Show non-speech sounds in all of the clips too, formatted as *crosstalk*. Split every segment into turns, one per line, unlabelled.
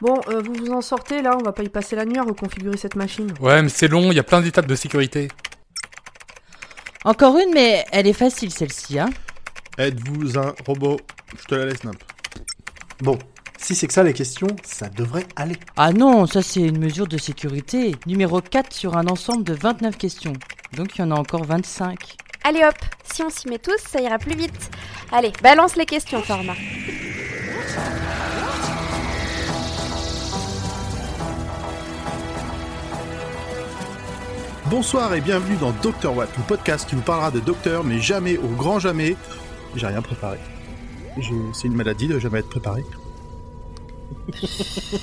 Bon, euh, vous vous en sortez là, on va pas y passer la nuit à reconfigurer cette machine.
Ouais, mais c'est long, il y a plein d'étapes de sécurité.
Encore une, mais elle est facile celle-ci, hein.
Êtes-vous un robot Je te la laisse, Nimp.
Bon, si c'est que ça les questions, ça devrait aller.
Ah non, ça c'est une mesure de sécurité. Numéro 4 sur un ensemble de 29 questions. Donc il y en a encore 25.
Allez hop, si on s'y met tous, ça ira plus vite. Allez, balance les questions, Forma.
Bonsoir et bienvenue dans Docteur Watt, le podcast qui vous parlera de docteur, mais jamais, au grand jamais. J'ai rien préparé. J'ai- C'est une maladie de jamais être préparé.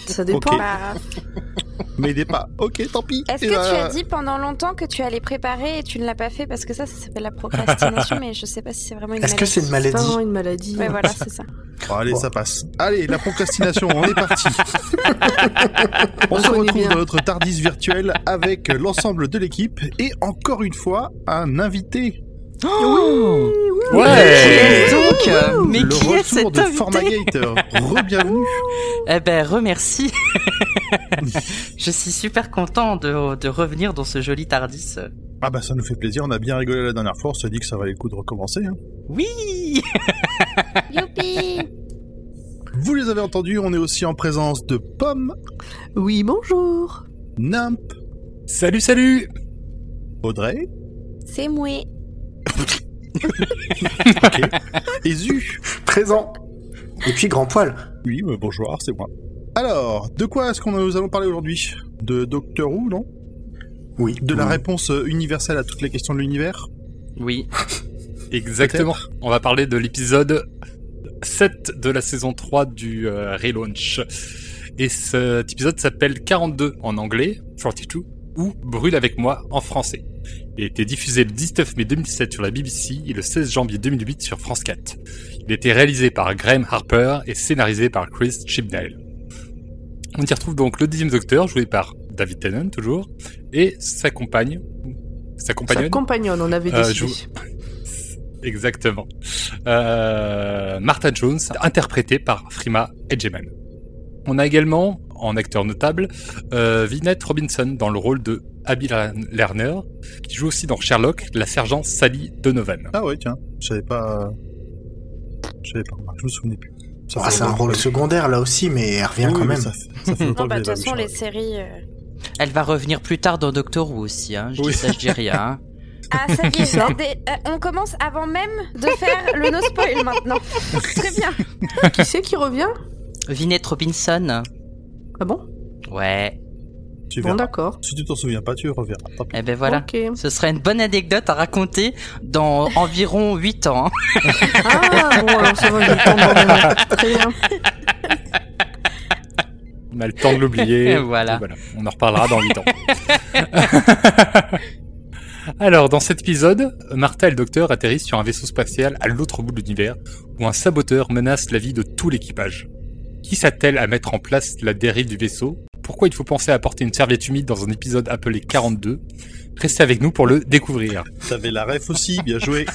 Ça dépend.
Ok.
*laughs* Bah,
M'aidez pas. Ok, tant pis.
Est-ce
Eh
que tu
ben,
as dit pendant longtemps que tu allais préparer et tu ne l'as pas fait parce que ça, ça s'appelle la procrastination, *laughs* mais je sais pas si c'est vraiment une
Est-ce que
maladie.
c'est
C'est pas
une maladie
vraiment une maladie.
Ouais, voilà, c'est ça.
bon, oh, allez, ça passe. Allez, la procrastination, on est
*laughs*
parti. on se
connaît
retrouve
bien.
dans notre Tardis virtuel avec l'ensemble de l'équipe et encore une fois un invité.
Oh
Ouais
donc euh, Mais
le
qui est
retour
cet
de
invité
Formagate. Re-bienvenue.
Eh ben remercie. *laughs* Je suis super content de, de revenir dans ce joli Tardis.
Ah bah ça nous fait plaisir, on a bien rigolé la dernière fois, on s'est dit que ça valait le coup de recommencer. hein.
Oui
*laughs* Youpi
Vous les avez entendus, on est aussi en présence de Pomme,
Oui, bonjour.
Nimp,
Salut, salut
Audrey
C'est moué.
et Zu.
Présent Et puis grand poil
Oui, mais bonjour, c'est moi. Alors, de quoi est-ce qu'on nous allons parler aujourd'hui De Doctor Who, non
Oui. Mm.
De la
oui.
réponse euh, universelle à toutes les questions de l'univers
Oui.
Exactement. On va parler de l'épisode 7 de la saison 3 du euh, relaunch. Et cet épisode s'appelle 42 en anglais, 42, ou Brûle avec moi en français. Il a été diffusé le 19 mai 2007 sur la BBC et le 16 janvier 2008 sur France 4. Il a été réalisé par Graham Harper et scénarisé par Chris Chibnall. On y retrouve donc le dixième docteur, joué par David Tennant toujours, et sa compagne, sa
Sa
compagnonne,
compagnonne, on avait
Euh,
décidé.
je vous- Exactement. Euh, Martha Jones, interprétée par Frima Edgeman. On a également, en acteur notable, euh, Vinette Robinson dans le rôle de Abby Lerner, qui joue aussi dans Sherlock, la sergent Sally Donovan.
Ah ouais, tiens, je savais pas... euh, Je savais pas, je me souvenais plus. Ça
Ah,
fait
c'est un
longtemps
rôle
que-
secondaire là aussi, mais elle revient
Oui,
quand
oui,
même.
Ça fait, ça
*laughs*
fait
Non,
longtemps
bah, de
que je
toute
les
façon,
avais,
les
*laughs*
séries. euh.
Elle va revenir plus tard dans Doctor Who aussi, hein. Je
Oui.
dis ça, je dis *laughs* rien. hein.
Ah, ça y est, des- euh, on commence avant même de faire le no
*laughs*
spoil maintenant. Très bien.
qui c'est qui revient
Vinette Robinson.
Ah bon
Ouais.
Tu
Bon,
verras.
d'accord.
Si tu t'en souviens pas, tu reverras. Tant pis.
Eh ben voilà.
Ok.
Ce serait une bonne anecdote à raconter dans environ 8 ans. hein.
Ah, bon, alors ça va, j'ai le temps de
*laughs*
m'en remettre. Très bien.
On a le temps de l'oublier.
Et voilà.
Et On en reparlera dans 8 ans. *laughs* Alors, dans cet épisode, Martha et le docteur atterrissent sur un vaisseau spatial à l'autre bout de l'univers, où un saboteur menace la vie de tout l'équipage. Qui s'attelle à mettre en place la dérive du vaisseau Pourquoi il faut penser à porter une serviette humide dans un épisode appelé 42 Restez avec nous pour le découvrir.
T'avais la ref aussi, bien joué.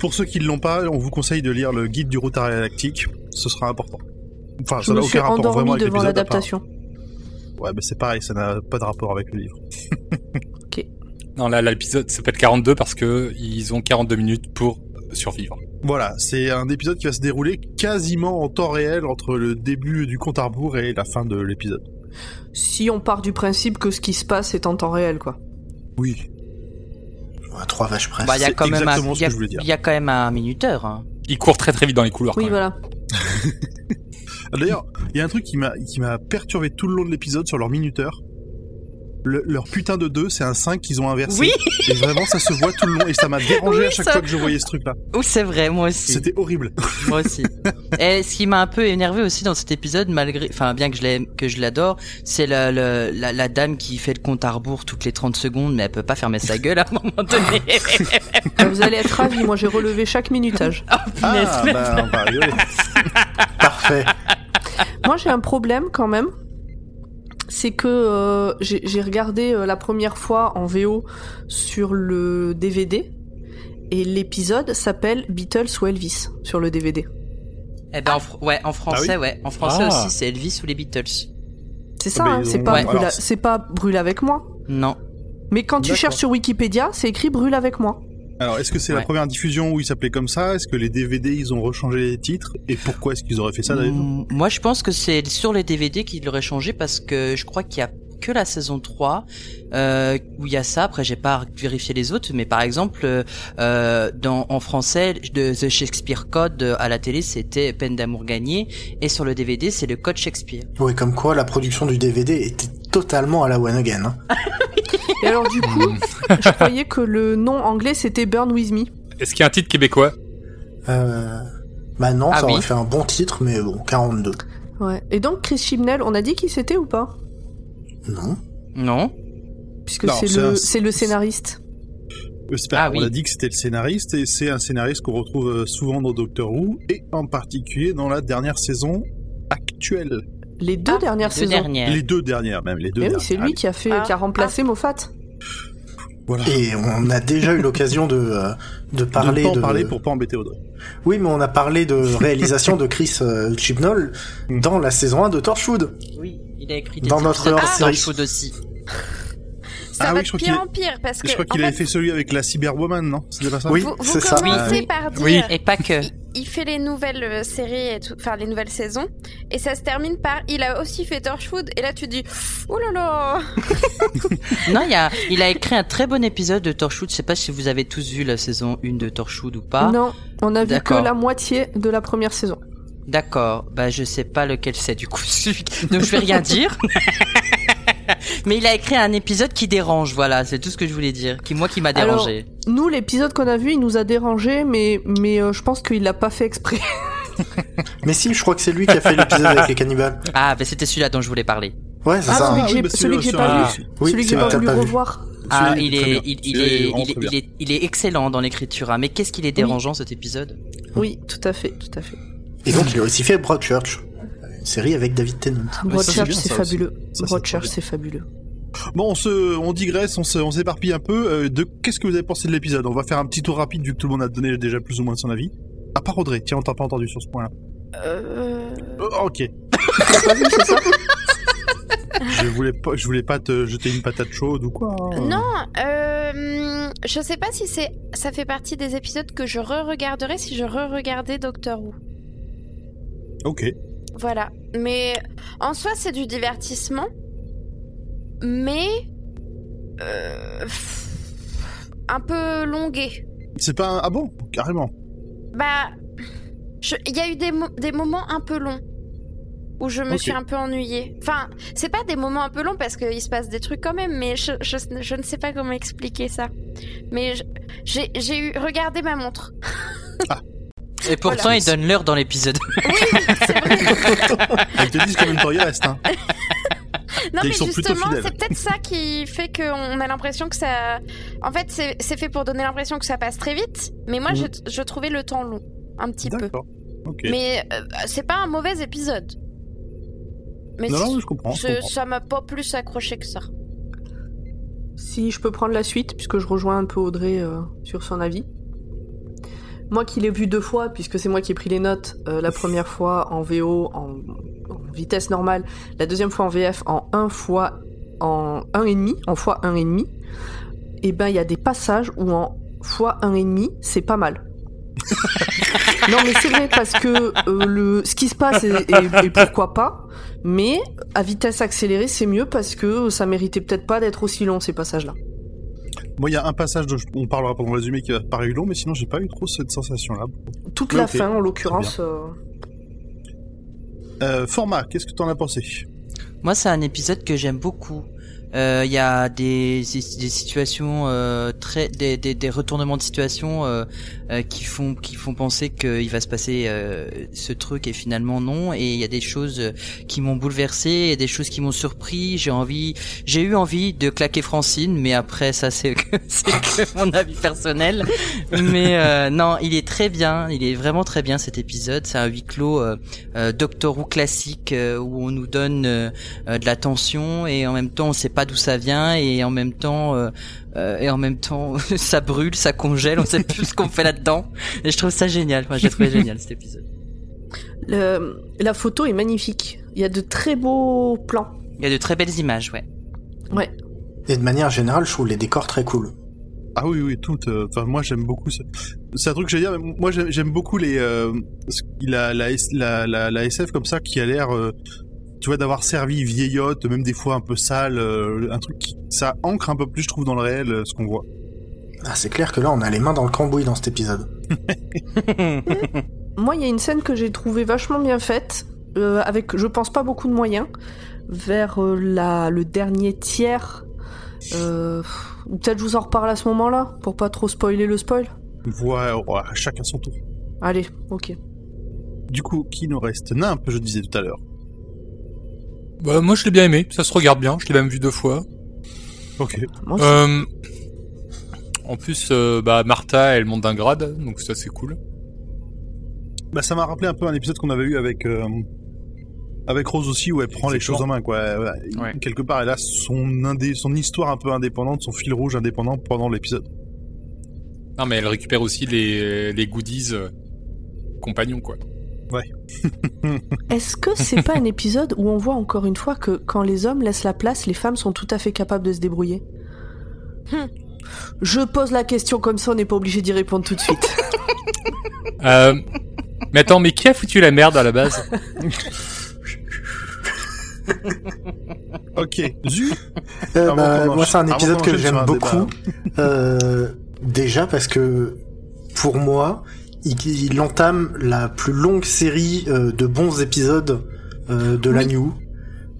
Pour ceux qui ne l'ont pas, on vous conseille de lire le guide du routard galactique. Ce sera important. Enfin,
Je
ça
me
n'a
suis
aucun rapport
endormi
vraiment avec
devant
l'épisode. à part-
l'adaptation.
Ouais, mais c'est pareil, ça n'a pas de rapport avec le livre.
Non, là, là, l'épisode s'appelle 42 parce que ils ont 42 minutes pour survivre.
Voilà, c'est un épisode qui va se dérouler quasiment en temps réel entre le début du compte à rebours et la fin de l'épisode.
Si on part du principe que ce qui se passe est en temps réel, quoi.
Oui.
Ouais, trois vaches presse.
Bah, il y a
c'est
quand même un,
exactement ce
il y a-
que je voulais dire.
il y a quand même un minuteur. hein.
Ils courent très très vite dans les couloirs.
Oui,
quand même.
*laughs*
voilà.
D'ailleurs, il y a un truc qui m'a qui m'a perturbé tout le long de l'épisode sur leur minuteur. Le- leur putain de 2, c'est un 5 qu'ils ont inversé.
Oui.
Et vraiment, ça se voit tout le long. Et ça m'a dérangé
Oui,
à chaque
ça-
fois que je voyais ce truc-là.
Oh, c'est vrai, moi aussi.
C'était horrible.
Moi *laughs* aussi. Et ce qui m'a un peu énervé aussi dans cet épisode, malgré, enfin, bien que je l'aime, que je l'adore, c'est la, la, la, la dame qui fait le compte à rebours toutes les 30 secondes, mais elle peut pas fermer sa gueule à un moment donné.
Bah, vous allez être ravis, moi j'ai relevé chaque hein, minutage.
*laughs* Ah, bah, on va rigoler.
*laughs* Parfait.
Moi j'ai un problème quand même. C'est que euh, j'ai j'ai regardé euh, la première fois en VO sur le DVD. Et l'épisode s'appelle Beatles ou Elvis sur le DVD.
*laughs* Eh ben, en, fr- ouais, en français, ouais. En français
Ah.
aussi, c'est Elvis ou les Beatles.
C'est ça,
Mais
hein,
Ah, ben, ils
c'est
ont-
pas,
Ouais.
brûle
Alors, c'est-
c'est pas brûle avec moi.
Non.
Mais quand tu
D'accord.
cherches sur Wikipédia, c'est écrit brûle avec moi.
Alors, est-ce que c'est
Ouais.
la première diffusion où il s'appelait comme ça Est-ce que les DVD, ils ont rechangé les titres Et pourquoi est-ce qu'ils auraient fait ça d'ailleurs
Mm, Moi, je pense que c'est sur les DVD qu'ils l'auraient changé parce que je crois qu'il y a que la saison 3 euh, où il y a ça. Après, j'ai pas vérifié les autres, mais par exemple, euh, euh, dans, en français, de The Shakespeare Code euh, à la télé, c'était Peine d'amour gagnée, et sur le DVD, c'est le Code Shakespeare.
Ouais, comme quoi la production du DVD était totalement à la one again. hein.
Et alors du coup, je croyais que le nom anglais c'était Burn With Me.
Est-ce qu'il y a un titre québécois
Euh... Bah non,
Ah
ça aurait
oui.
fait un bon titre, mais bon, 42.
Ouais. Et donc Chris Chibnall, on a dit qui c'était ou pas
Non.
Non
Puisque
Non,
c'est
c'est
le,
un-
c'est le scénariste.
Euh, c'est pas-
Ah
On
oui.
a dit que c'était le scénariste, et c'est un scénariste qu'on retrouve euh, souvent dans Doctor Who, et en particulier dans la dernière saison actuelle.
Les deux dernières
Deux
saisons.
dernières.
Les deux dernières, même. Les deux
Mais oui,
dernières.
c'est lui qui a fait,
Ah.
qui a remplacé Moffat.
Voilà.
Et on a déjà eu l'occasion de, euh, de
Parler de
parler
pas en
de...
parler pour pas embêter Audrey.
Oui, mais on a parlé
*laughs*
de réalisation de Chris euh, Chibnall
Mm.
dans la saison 1 de Torchwood.
Oui, il a écrit des
Dans notre
épisodes de
hors-série.
Torchwood aussi.
Ça
Ah oui,
va de
je crois
pire
qu'il
en pire parce que.
Je crois
en
qu'il avait
fait,
fait celui avec la Cyberwoman, non C'était pas ça Ah
Oui,
vous, vous
c'est ça.
commencez
Oui.
par dire.
Oui, et pas que.
Il fait les nouvelles euh, séries, et tout, enfin les nouvelles saisons, et ça se termine par il a aussi fait Torchwood, et là tu dis oh là là
Non, il, y a, il a écrit un très bon épisode de Torchwood. Je sais pas si vous avez tous vu la saison 1 de Torchwood ou pas.
Non, on a vu que
D'accord.
la moitié de la première saison.
D'accord, bah je sais pas lequel c'est du coup, *laughs* celui- donc je vais rien dire. Mais il a écrit un épisode qui dérange, voilà, c'est tout ce que je voulais dire, qui moi qui m'a
Alors-
dérangé.
Nous, l'épisode qu'on a vu, il nous a dérangé, mais mais euh, je pense qu'il l'a pas fait exprès. *laughs*
Mais si, je crois que c'est lui qui a fait l'épisode avec les cannibales.
Ah, bah c'était celui-là dont je voulais parler.
Ouais, c'est
Ah,
ça.
celui
hein.
oui,
que j'ai-
bah,
celui que j'ai
celui-là,
pas
celui-là,
vu,
Oui,
celui que j'ai
celui
pas
que t'as
voulu
pas vu.
revoir.
Ah,
Celui-là,
il
est très
est,
bien.
il, il
Celui-là,
est,
il est
il,
vraiment
est,
très
il
bien.
est- il est excellent dans l'écriture, hein. mais qu'est-ce qu'il est dérangeant cet épisode
Oui, tout à fait, tout à fait.
Et donc, il a aussi fait Broadchurch, une série avec David Tennant.
Ah,
Ouais, ça, c'est
Broadchurch,
bien,
c'est
ça aussi.
fabuleux.
Ça, c'est
Broadchurch,
très bien.
c'est fabuleux.
Bon, on se, on digresse, on se- on s'éparpille un peu. Euh, de qu'est-ce que vous avez pensé de l'épisode On va faire un petit tour rapide vu que tout le monde a donné déjà plus ou moins son avis. À part Audrey, tiens, on t'a pas entendu sur ce point-là.
Euh,
Euh, ok. Ah je voulais pas, je voulais pas te jeter une patate chaude ou quoi. hein.
Non, euh, je sais pas si c'est ça fait partie des épisodes que je re-regarderai si je re-regardais Doctor Who.
Ok.
Voilà. Mais en soi, c'est du divertissement. Mais. euh, pff, un peu longué.
C'est pas un... ah bon carrément.
Bah. je- Il y a eu des, mo- des moments un peu longs. Où je me
Ok.
suis un peu ennuyée. Enfin, c'est pas des moments un peu longs parce qu'il se passe des trucs quand même, mais je, je- je ne sais pas comment expliquer ça. Mais je- j'ai j'ai eu. Regardez ma montre.
Et pourtant, il donne l'heure dans l'épisode.
C'est vrai.
Ils te disent combien de temps il reste.
Ah,
Hein.
Non,
Et
mais
ils sont plutôt
justement,
fidèles.
c'est peut-être ça qui fait qu'on a l'impression que ça. En fait, c'est c'est fait pour donner l'impression que ça passe très vite, mais moi, je, je trouvais le temps long, un petit peu.
Mm. D'accord. Ok.
Mais euh, c'est pas un mauvais épisode. Mais
non,
c'est-
non, je comprends. je
ce-
comprends.
ça m'a pas plus accroché que ça.
Si je peux prendre la suite, puisque je rejoins un peu Audrey euh, sur son avis. Moi qui l'ai vu deux fois, puisque c'est moi qui ai pris les notes, euh, la première fois en VO, en, en vitesse normale, la deuxième fois en VF, en 1 fois, en 1,5, en fois 1,5, et ben il y a des passages où en fois 1,5, c'est pas mal. *laughs* non mais c'est vrai, parce que euh, le, ce qui se passe, et, et- et pourquoi pas, mais à vitesse accélérée, c'est mieux parce que ça méritait peut-être pas d'être aussi long ces passages-là.
Moi, il y a un passage dont je- on parlera pendant le résumé qui a paru long, mais sinon, j'ai pas eu trop cette sensation-là.
Toute
Mais
la
ok,
fin, en l'occurrence. euh,
Euh, format, qu'est-ce que t'en as pensé
Moi, c'est un épisode que j'aime beaucoup. Euh, Il y a des, des situations euh, très, des, des, des retournements de situation euh, euh, qui font qui font penser qu'il va se passer euh, ce truc et finalement non. Et il y a des choses euh, qui m'ont bouleversé et des choses qui m'ont surpris. J'ai envie, j'ai eu envie de claquer Francine, mais après ça c'est que, *laughs* c'est que mon avis personnel. Mais euh, non, il est très bien, il est vraiment très bien cet épisode. C'est un huis clos euh, euh, Doctor Who classique euh, où on nous donne euh, euh, de la tension et en même temps on sait pas d'où ça vient et en même temps euh, euh, et en même temps *laughs* ça brûle, ça congèle, on sait plus ce qu'on fait là-dedans. Et je trouve ça génial. Moi, j'ai trouvé génial cet épisode.
euh, Le- la photo est magnifique. Il y a de très beaux plans.
Il y a de très belles images, ouais.
Et de manière générale, je trouve les décors très cool.
Ah oui, oui, tout. euh, Enfin, moi, j'aime beaucoup ça. C'est un truc que je veux dire, mais moi, j'aime j'aime beaucoup les, euh, ce- la, la, S- la, la, la SF comme ça qui a l'air, euh, tu vois, d'avoir servi vieillotte, même des fois un peu sale, euh, un truc qui, ça ancre un peu plus, je trouve, dans le réel, euh, ce qu'on voit.
Ah, c'est clair que là, on a les mains dans le cambouis dans cet
Ah
épisode.
Moi, il y a une scène que j'ai trouvée vachement bien faite, euh, avec, je pense, pas beaucoup de moyens, vers euh, la, le dernier tiers. Euh, ou peut-être je vous en reparle à ce moment-là, pour pas trop spoiler le spoil.
Ouais, ouais, chacun son tour.
Allez, ok.
Du coup, qui nous reste Nimp, je disais tout à l'heure.
Bah, moi, je l'ai bien aimé. Ça se regarde bien. Je l'ai même vu deux fois.
Ok.
Moi, c'est-
Euh, en plus, euh, bah, Martha, elle monte d'un grade, donc ça c'est cool.
Bah, ça m'a rappelé un peu un épisode qu'on avait eu avec. euh, Avec Rose aussi, où elle prend les
Exactement.
choses en main, quoi. Ouais, ouais.
Ouais.
Quelque part, elle a son, indé son histoire un peu indépendante, son fil rouge indépendant pendant l'épisode.
Non, mais elle récupère aussi les, les goodies euh, compagnons, quoi.
Est-ce que c'est pas un épisode où on voit encore une fois que quand les hommes laissent la place, les femmes sont tout à fait capables de se débrouiller
Hmm.
Je pose la question comme ça, on n'est pas obligé d'y répondre tout de suite.
Euh, mais attends, mais qui a foutu la merde à
*laughs*
la base
Ok, Zu
Euh,
Avant
bah,
qu'on enchaîne-
moi, c'est un
avant
épisode
qu'on
que
enchaîne sur
j'aime
un
beaucoup. Euh, déjà parce que, pour moi, il, il entame la plus longue série euh, de bons épisodes euh, de la New.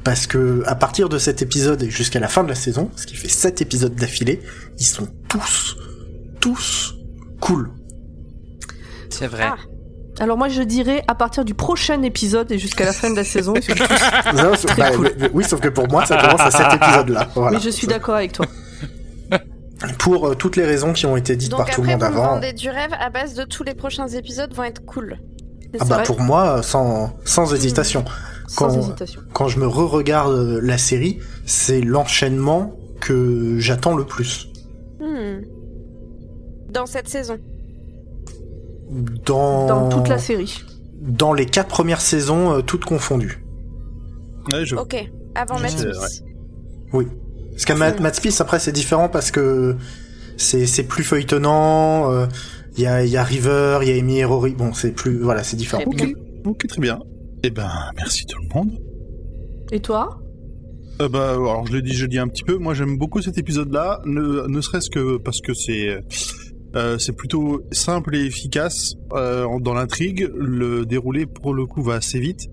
Parce que, à partir de cet épisode et jusqu'à la fin de la saison, ce qui fait sept épisodes d'affilée, ils sont tous, tous cool.
C'est vrai.
Ah.
Alors moi, je dirais à partir du prochain épisode et jusqu'à la fin de la saison. ils sont-
Non, sauf- bah, mais- Oui, sauf que pour moi, ça commence à cet épisode-là. Voilà.
Mais je suis d'accord avec toi.
Pour euh, toutes les raisons qui ont été dites
Donc
par tout le
après,
monde
vous me
avant.
vendez du rêve à base de tous les prochains épisodes vont être cool.
C'est
Ah bah
vrai,
pour moi, euh, sans, sans hésitation.
sans
quand-
hésitation.
Quand je me re-regarde euh, la série, c'est l'enchaînement que j'attends le plus.
Hmm. Dans cette saison.
Dans,
Dans toute la série.
dans les quatre premières saisons, euh, toutes confondues.
Ouais,
Euh.
je...
Ok. Avant
Je
Matt
sais,
Smith.
Oui. Parce qu'à Mad, Mad Spice, après, c'est différent parce que c'est c'est plus feuilletonnant. euh, Il y, a, il y a River, il y a Amy et Rory. Bon, c'est plus... Voilà, c'est différent.
Très
Ok, ok, très bien. Eh ben, merci tout le monde.
Et toi
Euh, bah, alors, je l'ai dit, je l'ai dit un petit peu. Moi, j'aime beaucoup cet épisode-là, ne, ne serait-ce que parce que c'est euh, c'est plutôt simple et efficace euh, en- dans l'intrigue. Le déroulé, pour le coup, va assez vite.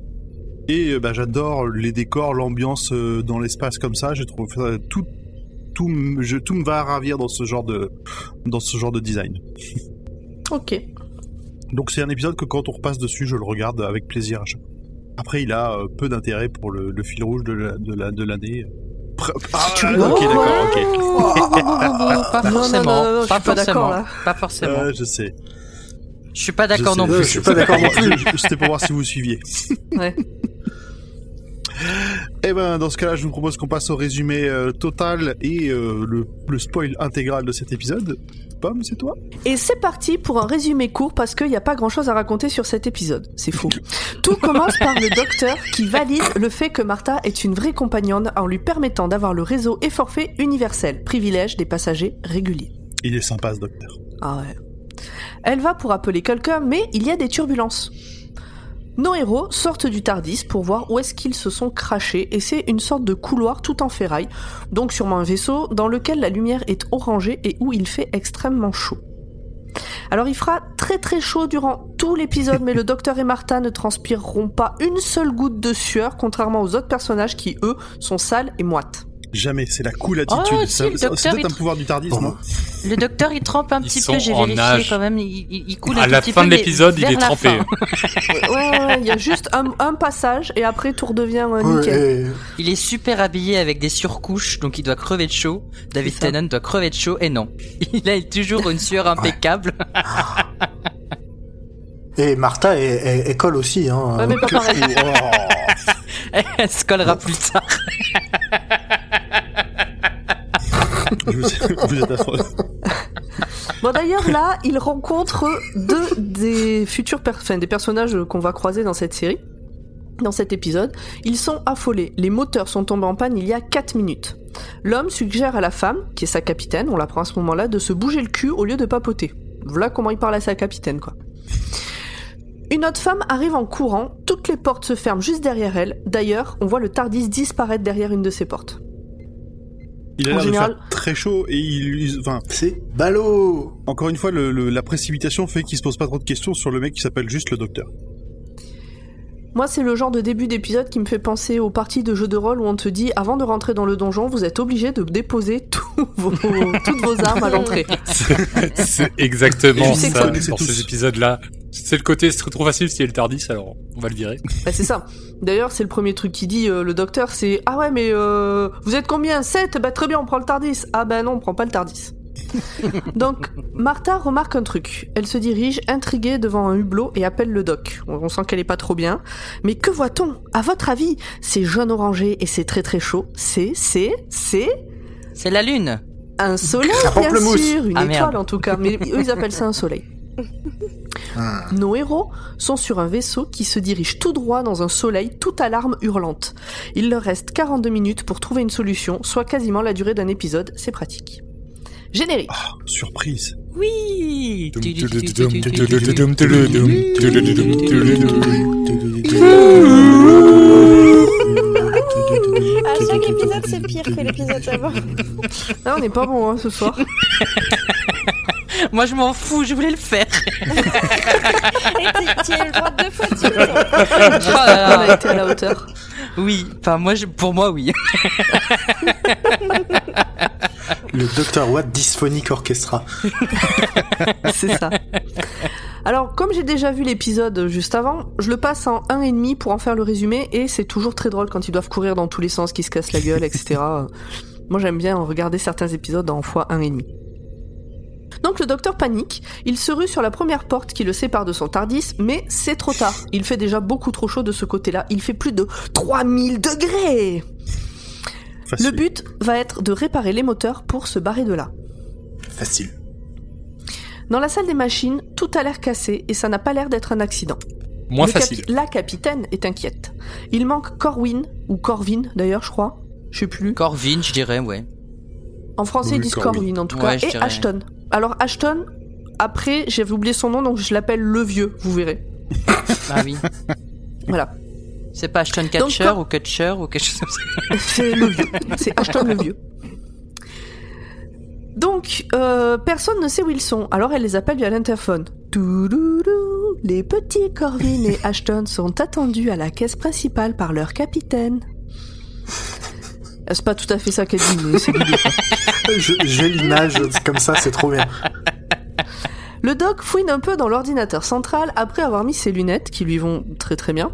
Et euh, bah, j'adore les décors, l'ambiance euh, dans l'espace comme ça. Je trouve ça- tout tout me- je, tout me va à ravir dans ce genre de dans ce genre de design.
Ok.
Donc c'est un épisode que quand on repasse dessus, je le regarde avec plaisir. à chaque fois. Après, il a euh, peu d'intérêt pour le, le fil rouge de la- de la- de l'année. Pr- Ah,
Tu
ok,
vois
d'accord,
*laughs*
ok.
pas
Oh non, non,
forcément.
non, non, je
pas
suis pas d'accord,
forcément.
là.
Pas forcément.
Euh, je sais.
Je suis pas d'accord
sais.
non
Euh,
plus.
je suis pas d'accord non plus.
Je- C'était pour voir si
*laughs*
vous suiviez.
Ouais.
Eh ben, dans ce cas-là, je vous propose qu'on passe au résumé euh, total et euh, le, le spoil intégral de cet épisode. Pomme, c'est toi
Et c'est parti pour un résumé court parce qu'il n'y a pas grand chose à raconter sur cet épisode. C'est faux. Tout commence par le docteur qui valide le fait que Martha est une vraie compagnonne en lui permettant d'avoir le réseau et forfait universel, privilège des passagers réguliers.
Il est sympa, ce docteur.
Ah ouais. Elle va pour appeler quelqu'un, mais il y a des turbulences. Nos héros sortent du Tardis pour voir où est-ce qu'ils se sont crachés, et c'est une sorte de couloir tout en ferraille, donc sûrement un vaisseau dans lequel la lumière est orangée et où il fait extrêmement chaud. Alors il fera très très chaud durant tout l'épisode,
*laughs*
mais le docteur et Martha ne transpireront pas une seule goutte de sueur, contrairement aux autres personnages qui, eux, sont sales et moites.
Jamais, c'est la cool attitude.
Oh, si,
Ça-
le
ça- c'est
docteur,
peut-être
il-
un pouvoir du tardisme.
Bon.
hein.
Le docteur, il trempe un
Ils
petit
sont
peu, j'ai
en
vérifié
nage.
quand même. Il, il- il coule un
À
tout
la
petit
fin
peu,
de
mais
l'épisode, il
vers
est
la
trempé.
Ouais,
fin.
ouais, ouais, il y a juste un, un passage, et après tout redevient euh,
Ouais,
nickel.
et-
Il est super habillé avec des surcouches, donc il doit crever de chaud. David
C'est ça.
Tennant doit crever de chaud, et non. *laughs* Il a toujours une sueur impeccable. *laughs*
Et Martha, elle, elle- elle colle aussi. Hein.
Ouais, mais pas pareil.
Oh.
Elle se collera plus tard.
*laughs* Je vous, vous êtes affreux.
Bon d'ailleurs là, il rencontre deux des futurs per- enfin, des personnages qu'on va croiser dans cette série, dans cet épisode. Ils sont affolés. Les moteurs sont tombés en panne il y a 4 minutes. L'homme suggère à la femme, qui est sa capitaine, on l'apprend à ce moment-là, de se bouger le cul au lieu de papoter. Voilà comment il parle à sa capitaine quoi. Une autre femme arrive en courant, toutes les portes se ferment juste derrière elle. D'ailleurs, on voit le Tardis disparaître derrière une de ces portes.
Il a
En
l'air de
général-
faire très chaud et il, il- enfin,
C'est ballot
encore une fois, le- le- la précipitation fait qu'il se pose pas trop de questions sur le mec qui s'appelle juste le docteur.
Moi, c'est le genre de début d'épisode qui me fait penser aux parties de jeux de rôle où on te dit avant de rentrer dans le donjon, vous êtes obligé de déposer *laughs* tous vos- toutes vos armes à l'entrée.
C'est- c'est exactement
Et je sais que
ça
vous
connaissez
dans
tous.
ces épisodes-là. C'est le côté c'est trop facile si elle tardis, alors on va le virer.
Bah, c'est ça. D'ailleurs, c'est le premier truc qu'il dit euh, le docteur c'est Ah ouais, mais euh, vous êtes combien 7 Bah très bien, on prend le Tardis. Ah bah non, on prend pas le Tardis. Donc, Martha remarque un truc. Elle se dirige, intriguée, devant un hublot et appelle le doc. On, on sent qu'elle est pas trop bien. Mais que voit-on À votre avis, c'est jaune orangé et c'est très très chaud. C'est, c'est, c'est.
C'est la lune.
Un soleil,
Un
bien
pamplemousse.
sûr, une
Ah,
étoile
merde.
en tout cas, mais eux ils appellent ça un soleil.
Ah.
Nos héros sont sur un vaisseau qui se dirige tout droit dans un soleil, toute alarme hurlante. Il leur reste 42 minutes pour trouver une solution, soit quasiment la durée d'un épisode, c'est pratique. Générique.
Surprise.
Oui.
À chaque épisode, Ah, c'est pire que l'épisode
*laughs*
d'avant.
Là, on n'est pas bon hein, ce soir.
Moi je m'en fous, je voulais le faire. *laughs*
Et tu- tu y as eu le droit deux fois de suite.
Oh
On
là
a
là.
été à la hauteur.
Oui, enfin moi je- pour moi oui.
Le Dr. Watt Dysphonic Orchestra.
C'est ça. Alors, comme j'ai déjà vu l'épisode juste avant, je le passe en un et demi pour en faire le résumé, et c'est toujours très drôle quand ils doivent courir dans tous les sens, qu'ils se cassent la gueule, etc. Moi, j'aime bien regarder certains épisodes en fois un et demi. Donc le docteur panique, il se rue sur la première porte qui le sépare de son Tardis, mais c'est trop tard. Il fait déjà beaucoup trop chaud de ce côté-là, il fait plus de 3000 degrés
Facile.
Le but va être de réparer les moteurs pour se barrer de là.
Facile.
Dans la salle des machines, tout a l'air cassé et ça n'a pas l'air d'être un accident.
Moins
Le
facile.
capi- la capitaine est inquiète. Il manque Corwin, ou Corvin d'ailleurs, je crois. Je sais plus.
Corvin, je dirais, ouais.
En français,
Oui,
ils disent
Corwin.
Corwin en tout
Ouais,
cas.
je
Et
dirais.
Ashton. Alors Ashton, après, j'ai oublié son nom donc je l'appelle le vieux, vous verrez.
Ah oui.
Voilà.
C'est pas Ashton Catcher
quand-
ou Catcher ou quelque chose comme ça.
C'est le vieux. C'est Ashton le vieux. Donc, euh, personne ne sait où ils sont, alors elle les appelle via l'interphone. Touloulou, les petits Corvin et Ashton sont attendus à la caisse principale par leur capitaine. Ah, C'est pas tout à fait ça qu'elle dit, mais c'est l'idée.
Je- J'ai l'image, c'est comme ça, c'est trop bien.
Le doc fouine un peu dans l'ordinateur central après avoir mis ses lunettes, qui lui vont très très bien.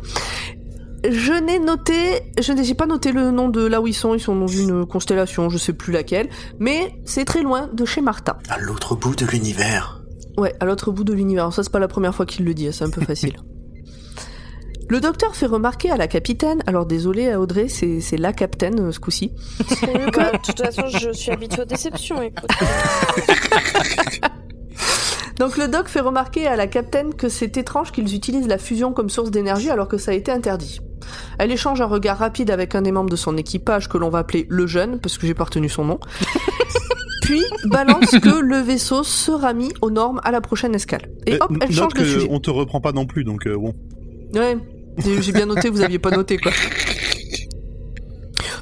Je n'ai noté, je n'ai j'ai pas noté le nom de là où ils sont, ils sont dans une constellation, je sais plus laquelle, mais c'est très loin de chez Martha.
À l'autre bout de l'univers.
Ouais, à l'autre bout de l'univers. Alors Ça, c'est pas la première fois qu'il le dit, hein, c'est un peu facile. Le docteur fait remarquer à la capitaine, alors désolé à Audrey, c'est c'est la capitaine euh, ce coup-ci,
Oui, bah, De toute façon, je suis habituée aux déceptions, écoute.
Donc le doc fait remarquer à la capitaine que c'est étrange qu'ils utilisent la fusion comme source d'énergie alors que ça a été interdit. Elle échange un regard rapide avec un des membres de son équipage que l'on va appeler le jeune, parce que j'ai pas retenu son nom, puis balance que le vaisseau sera mis aux normes à la prochaine escale. Et
Euh,
hop, elle
note
change de
que
sujet.
On te reprend pas non plus, donc euh, bon.
Ouais, j'ai j'ai bien noté, vous aviez pas noté
*laughs*
quoi.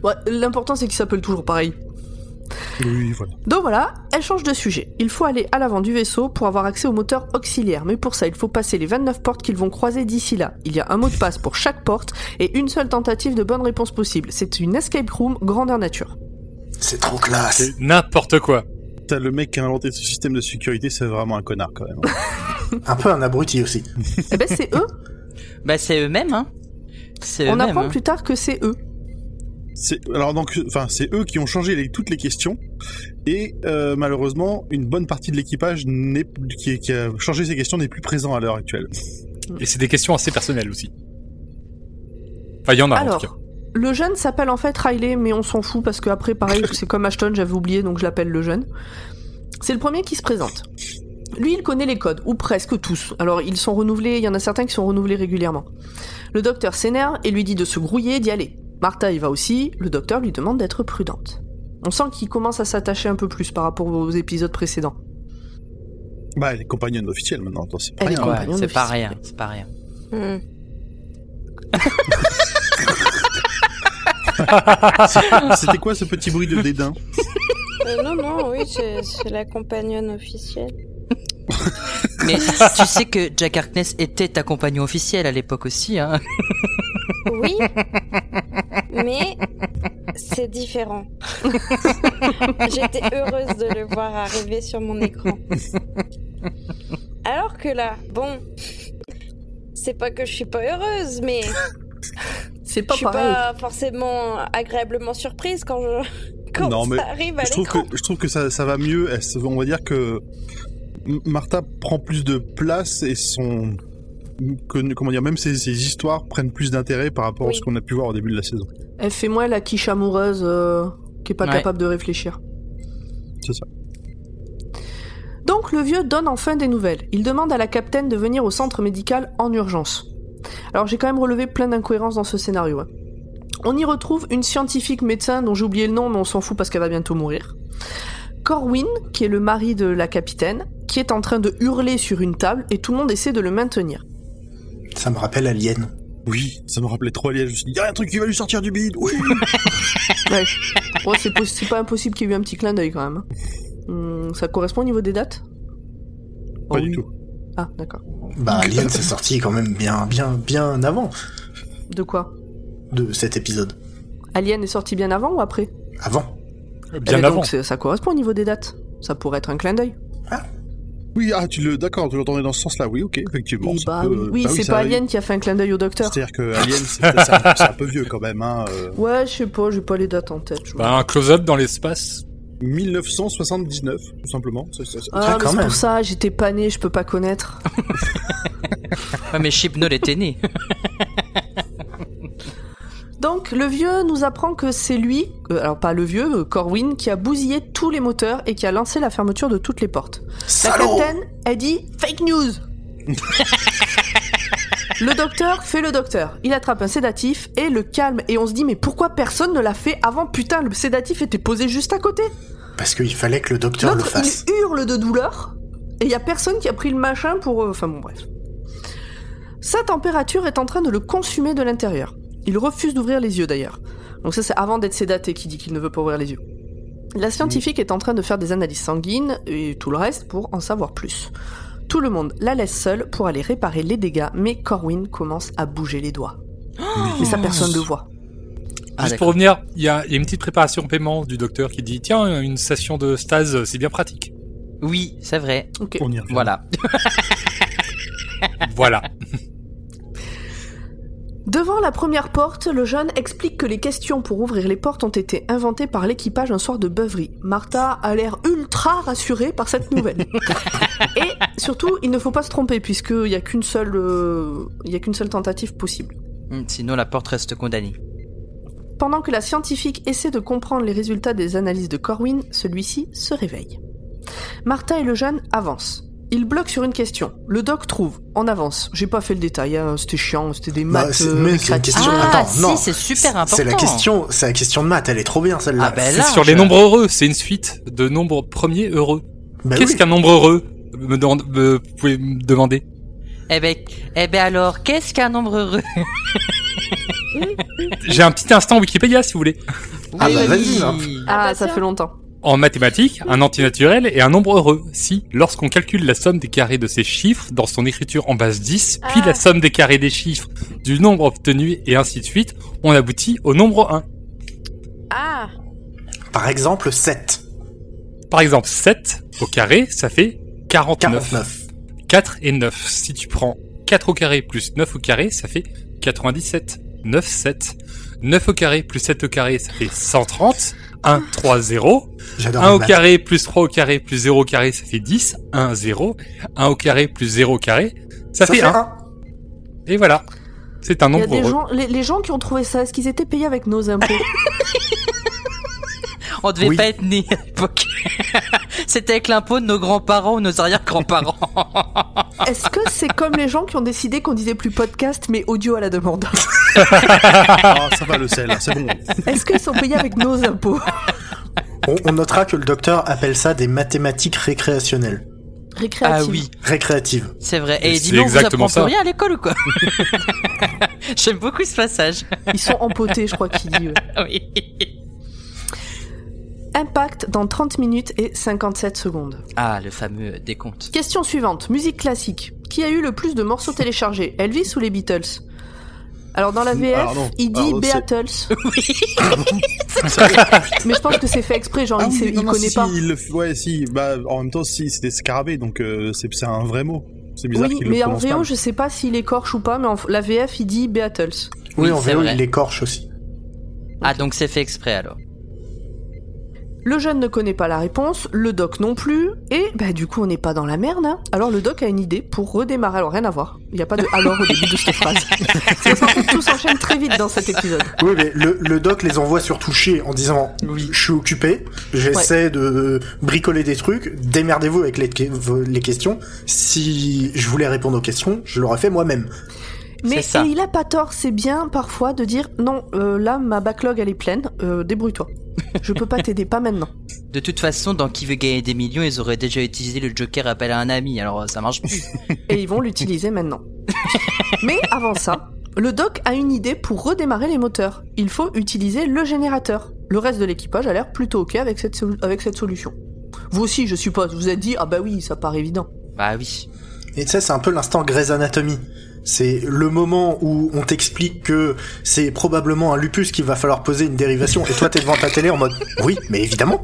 Ouais, L'important c'est qu'il s'appelle toujours pareil.
Oui, voilà.
Donc voilà, elle change de sujet. Il faut aller à l'avant du vaisseau pour avoir accès au moteur auxiliaire, mais pour ça, il faut passer les 29 portes qu'ils vont croiser d'ici là. Il y a un mot de passe pour chaque porte et une seule tentative de bonne réponse possible. C'est une escape room grandeur nature.
C'est trop classe.
C'est n'importe quoi.
T'as le mec qui a inventé ce système de sécurité, c'est vraiment un connard quand
*laughs*
même.
Un peu un abruti aussi.
Eh ben c'est
*laughs*
eux.
Bah c'est eux-mêmes, hein. C'est
On
eux-mêmes.
apprend
hein.
plus tard que c'est eux.
C'est- Alors donc, enfin, c'est eux qui ont changé les- toutes les questions et euh, malheureusement, une bonne partie de l'équipage n'est- qui, qui a changé ces questions n'est plus présent à l'heure actuelle.
Et c'est des questions assez personnelles aussi. Enfin, il y Bah, en a en tout cas.
Alors, le jeune s'appelle en fait Riley, mais on s'en fout parce que après, pareil, c'est comme Ashton, j'avais oublié, donc je l'appelle le jeune. C'est le premier qui se présente. Lui, il connaît les codes, ou presque tous. Alors, ils sont renouvelés, il y en a certains qui sont renouvelés régulièrement. Le docteur s'énerve et lui dit de se grouiller et d'y aller. Martha y va aussi, le docteur lui demande d'être prudente. On sent qu'il commence à s'attacher un peu plus par rapport aux épisodes précédents.
Bah, elle est compagnonne officielle maintenant. Attends, c'est pas
Elle est
rien.
compagnonne.
Ouais, c'est pas
officiel.
rien, c'est pas rien.
Hmm.
C'était quoi ce petit bruit de dédain
Euh, non, non, oui, c'est c'est la compagnonne officielle.
Mais *laughs* tu sais que Jack Harkness était ta compagnon officiel à l'époque aussi, hein.
*laughs* Oui, mais c'est *laughs* différent. J'étais heureuse de le voir arriver sur mon écran. Alors que là, bon, c'est pas que je suis pas heureuse, mais
C'est
je
pas
suis
pareil.
pas forcément agréablement surprise quand je quand
Non, mais
ça arrive à
je trouve, que,
l'écran.
je trouve que ça, ça va mieux. Elle se- on va dire que M- Martha prend plus de place et son. que- comment dire, même ses, ses histoires prennent plus d'intérêt par rapport
Oui.
à ce qu'on a pu voir au début de la saison.
Elle fait moins Eh, la quiche amoureuse euh, qui est pas
Ouais.
capable de réfléchir.
C'est ça.
Donc le vieux donne enfin des nouvelles. Il demande à la capitaine de venir au centre médical en urgence. Alors j'ai quand même relevé plein d'incohérences dans ce scénario. hein. On y retrouve une scientifique médecin dont j'ai oublié le nom, mais on s'en fout parce qu'elle va bientôt mourir. Corwin, qui est le mari de la capitaine, qui est en train de hurler sur une table et tout le monde essaie de le maintenir.
Ça me rappelle Alien.
Oui, ça me rappelait trop Liège. Je me suis dit, il y a un truc qui va lui sortir du bide. Oui
Ouais, Ouais, c'est possi- c'est pas impossible qu'il y ait eu un petit clin d'œil quand même. hein. Hum, ça correspond au niveau des dates
Pas
Oh
du
oui.
tout.
Ah, d'accord.
Bah, Alien, c'est sorti quand même bien, bien, bien avant
De quoi
de cet épisode.
Alien est sorti bien avant ou après
Avant.
Eh
Bien
ben
avant.
Donc c'est- ça correspond au niveau des dates. Ça pourrait être un clin d'œil.
Oui, ah, tu le. D'accord, tu l'entendais dans ce sens-là. Oui, ok, effectivement.
Eh
ça
bah
peut-
oui, Oui,
bah
c'est
ça
pas
arrive.
Alien qui a fait un clin d'œil au docteur.
C'est-à-dire que Alien, c'est c'est un, c'est un peu vieux quand même. Hein. euh,
Ouais, je sais pas, j'ai pas les dates en tête. je vois.
Bah, un close-up dans l'espace.
1979, tout simplement. C'est- c'est- c'est-
Ah,
ah, mais
quand
c'est
même.
pour ça, j'étais pas née, je peux pas connaître.
Ouais, mais Chipnol était né.
Donc, le vieux nous apprend que c'est lui, euh, alors pas le vieux, euh, Corwin, qui a bousillé tous les moteurs et qui a lancé la fermeture de toutes les portes. La
Salaud
capitaine a dit fake news. le docteur fait le docteur. Il attrape un sédatif et le calme. Et on se dit, mais pourquoi personne ne l'a fait avant Putain, le sédatif était posé juste à côté.
Parce qu'il fallait que le docteur le
L'autre,
fasse.
il hurle de douleur. Et il y a personne qui a pris le machin pour. euh, Enfin bon, bref. Sa température est en train de le consumer de l'intérieur. Il refuse d'ouvrir les yeux d'ailleurs. Donc ça, c'est avant d'être sédaté qui dit qu'il ne veut pas ouvrir les yeux. La scientifique est en train de faire des analyses sanguines et tout le reste pour en savoir plus. Tout le monde la laisse seule pour aller réparer les dégâts, mais Corwin commence à bouger les doigts. Mais
Oh.
ça, personne ne le voit.
Ah,
Juste pour
d'accord.
revenir, il y, a il y a une petite préparation au paiement du docteur qui dit Tiens, une station de stase, euh, c'est bien pratique.
Oui, c'est vrai.
Ok.
On y revient.
Voilà. Ah,
voilà.
Devant la première porte, le jeune explique que les questions pour ouvrir les portes ont été inventées par l'équipage un soir de beuverie. Martha a l'air ultra rassurée par cette nouvelle. Et surtout, il ne faut pas se tromper puisqu'il n'y a qu'une seule, euh, il y a qu'une seule tentative possible.
Hum, Sinon, la porte reste condamnée.
Pendant que la scientifique essaie de comprendre les résultats des analyses de Corwin, celui-ci se réveille. Martha et le jeune avancent. Ils bloquent sur une question. Le doc trouve. On avance. J'ai pas fait le détail, hein, c'était chiant, c'était des
Bah,
maths.
c'est-
euh,
mais c'est une
créatives.
question-
Ah,
Attends, non.
si, c'est super important.
C'est la question, c'est la question de maths, elle est trop bien celle-là.
Ah, ben
C'est
là.
sur
je-
les nombres heureux, c'est une suite de nombres premiers heureux.
Bah
Qu'est-ce
oui.
qu'un nombre heureux me demande- me- Vous pouvez me demander.
Eh ben, eh ben alors, qu'est-ce qu'un nombre heureux
J'ai un petit instant Wikipédia si vous voulez.
Ah, bah,
Oui.
vas-y, hein.
Ah,
bah,
ça
tiens.
fait longtemps.
En mathématiques, un antinaturel est un nombre heureux si, lorsqu'on calcule la somme des carrés de ces chiffres dans son écriture en base 10, puis
Ah.
la somme des carrés des chiffres du nombre obtenu et ainsi de suite, on aboutit au nombre 1.
Ah,
Par exemple, 7,
Par exemple, 7 au carré, ça fait 49.
49.
4 et 9. Si tu prends 4 au carré plus 9 au carré, ça fait 97. 9, 7. 9 au carré plus 7 au carré, ça fait 130. 1, 3, 0.
J'adore
1
les
au
maths.
carré plus 3 au carré plus 0 au carré, ça fait 10. 1, 0. 1 au carré plus 0 au carré, ça, fait 1.
un.
Et voilà. C'est un
Il y a
nombre
des
heureux.
gens, les, les gens qui ont trouvé ça, est-ce qu'ils étaient payés
*laughs*
avec nos impôts
On devait
Oui.
pas être né à l'époque. *laughs* C'était avec l'impôt de nos grands-parents ou nos arrière-grands-parents.
Est-ce que c'est comme les gens qui ont décidé qu'on disait plus podcast mais audio à la demande *laughs*
Ah, ça va le sel, c'est bon.
Est-ce qu'ils sont payés avec nos impôts
On, on notera que le docteur appelle ça des mathématiques récréationnelles.
ah
Récréative.
oui,
Récréatives.
c'est vrai.
Mais
Et
c'est
dis donc, vous
exactement
apprenez
ça.
rien à l'école ou quoi *laughs* J'aime beaucoup ce passage. *laughs*
Ils sont empotés, je crois qu'il dit. ouais.
Oui.
Impact dans 30 minutes et 57 secondes.
Ah, le fameux décompte.
Question suivante. Musique classique. Qui a eu le plus de morceaux téléchargés Elvis ou les Beatles alors dans la VF,
Alors non.
il dit
Ah, Alors, c'est-
Beatles, *laughs*
*laughs*
mais je pense que c'est fait exprès, genre
Ah
il,
oui,
sait-
non,
il
non,
connaît
si,
pas.
il le f- ouais, si. Bah, en même temps, si, c'est des scarabées, donc euh, c'est c'est un vrai mot. C'est bizarre
Oui,
qu'il le
mais en
prononce pas.
VO, je sais pas s'il écorche ou pas, mais en la VF, il dit Beatles.
Oui,
Oui,
en
c'est
VO,
vrai.
il l'écorche aussi.
Ah, donc c'est fait exprès alors.
Le jeune ne connaît pas la réponse, le doc non plus, et bah du coup on n'est pas dans la merde. hein. Alors le doc a une idée pour redémarrer. Alors rien à voir, il n'y a pas de alors au début de cette phrase.
*laughs*
C'est ça, tout s'enchaîne très vite dans cet épisode.
Oui, mais le, le doc les envoie surtout chier en disant
Oui.
Je suis occupé, j'essaie de bricoler des trucs, démerdez-vous avec les, vos- les questions. Si je voulais répondre aux questions, je l'aurais fait moi-même.
Mais
C'est ça.
et il a pas tort, c'est bien parfois de dire non, euh, là ma backlog elle est pleine, euh, débrouille-toi. Je peux pas t'aider, pas maintenant.
De toute façon, dans Qui veut gagner des millions, ils auraient déjà utilisé le Joker appel à un ami, alors euh, ça marche plus.
Et ils vont l'utiliser *laughs* maintenant. Mais avant ça, le doc a une idée pour redémarrer les moteurs. Il faut utiliser le générateur. Le reste de l'équipage a l'air plutôt ok avec cette, sol- avec cette solution. Vous aussi, je suppose, vous êtes dit, ah bah oui, ça paraît évident.
bah oui.
Et tu sais, c'est un peu l'instant Grey's Anatomy. C'est le moment où on t'explique que c'est probablement un lupus qu'il va falloir poser une dérivation, et toi t'es devant ta télé en mode Oui, mais évidemment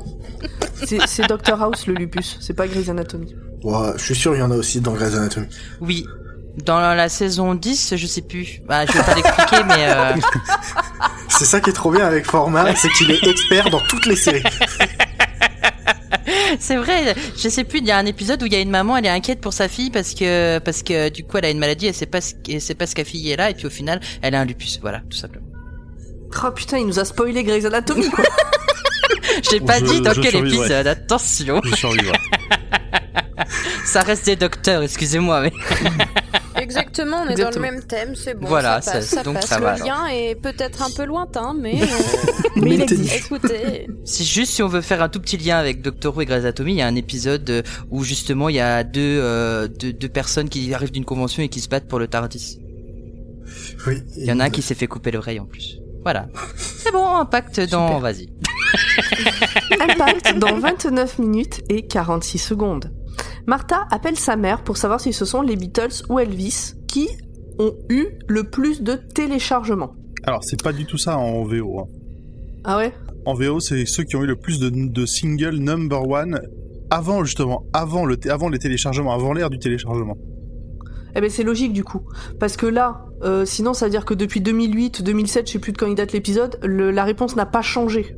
C'est c'est Dr House le lupus, c'est pas Grey's Anatomy.
Ouais, Je suis sûr, il y en a aussi dans Grey's Anatomy.
Oui. Dans la, la saison 10, je sais plus. Bah, je vais
*laughs*
pas l'expliquer, mais euh,
C'est ça qui est trop bien avec Format, c'est qu'il est expert dans toutes les séries.
c'est vrai. Je sais plus. Il y a un épisode où il y a une maman, elle est inquiète pour sa fille parce que parce que du coup, elle a une maladie, elle sait pas ce, elle sait pas ce qu'elle fille est là, et puis au final, elle a un lupus. Voilà, tout simplement.
Oh putain, il nous a spoilé Grey's Anatomy quoi.
Je l'ai pas
Je-
dit dans
je
quel
survivrai.
épisode. Attention,
Je survivrai.
ça reste des docteurs. Excusez-moi, mais
Exactement, on est dans
Exactement.
le même thème, c'est bon.
Voilà,
ça passe,
ça-
ça,
donc
passe.
ça va,
Le
alors.
lien est peut-être un peu lointain,
*laughs*
mais euh,
Mais il
t'es dit-
existe.
écoutez.
C'est juste si on veut faire un tout petit lien avec Doctor Who et Grey's Anatomy, il y a un épisode euh, où justement il y a deux, euh, deux, deux personnes qui arrivent d'une convention et qui se battent pour le Tardis.
Oui,
Il y en a un qui s'est fait couper l'oreille en plus. Voilà. C'est bon, impact dans... Vas-y.
Impact dans 29 minutes et 46 secondes. Martha appelle sa mère pour savoir si ce sont les Beatles ou Elvis qui ont eu le plus de téléchargements.
Alors, c'est pas du tout ça en VO. hein.
Ah ouais
En VO, c'est ceux qui ont eu le plus de, de singles number one avant, justement, avant, le, t- avant les téléchargements, avant l'ère du téléchargement.
Eh ben c'est logique du coup. Parce que là, euh, sinon ça veut dire que depuis 2008, 2007, je sais plus de quand il date l'épisode, le- la réponse n'a pas changé.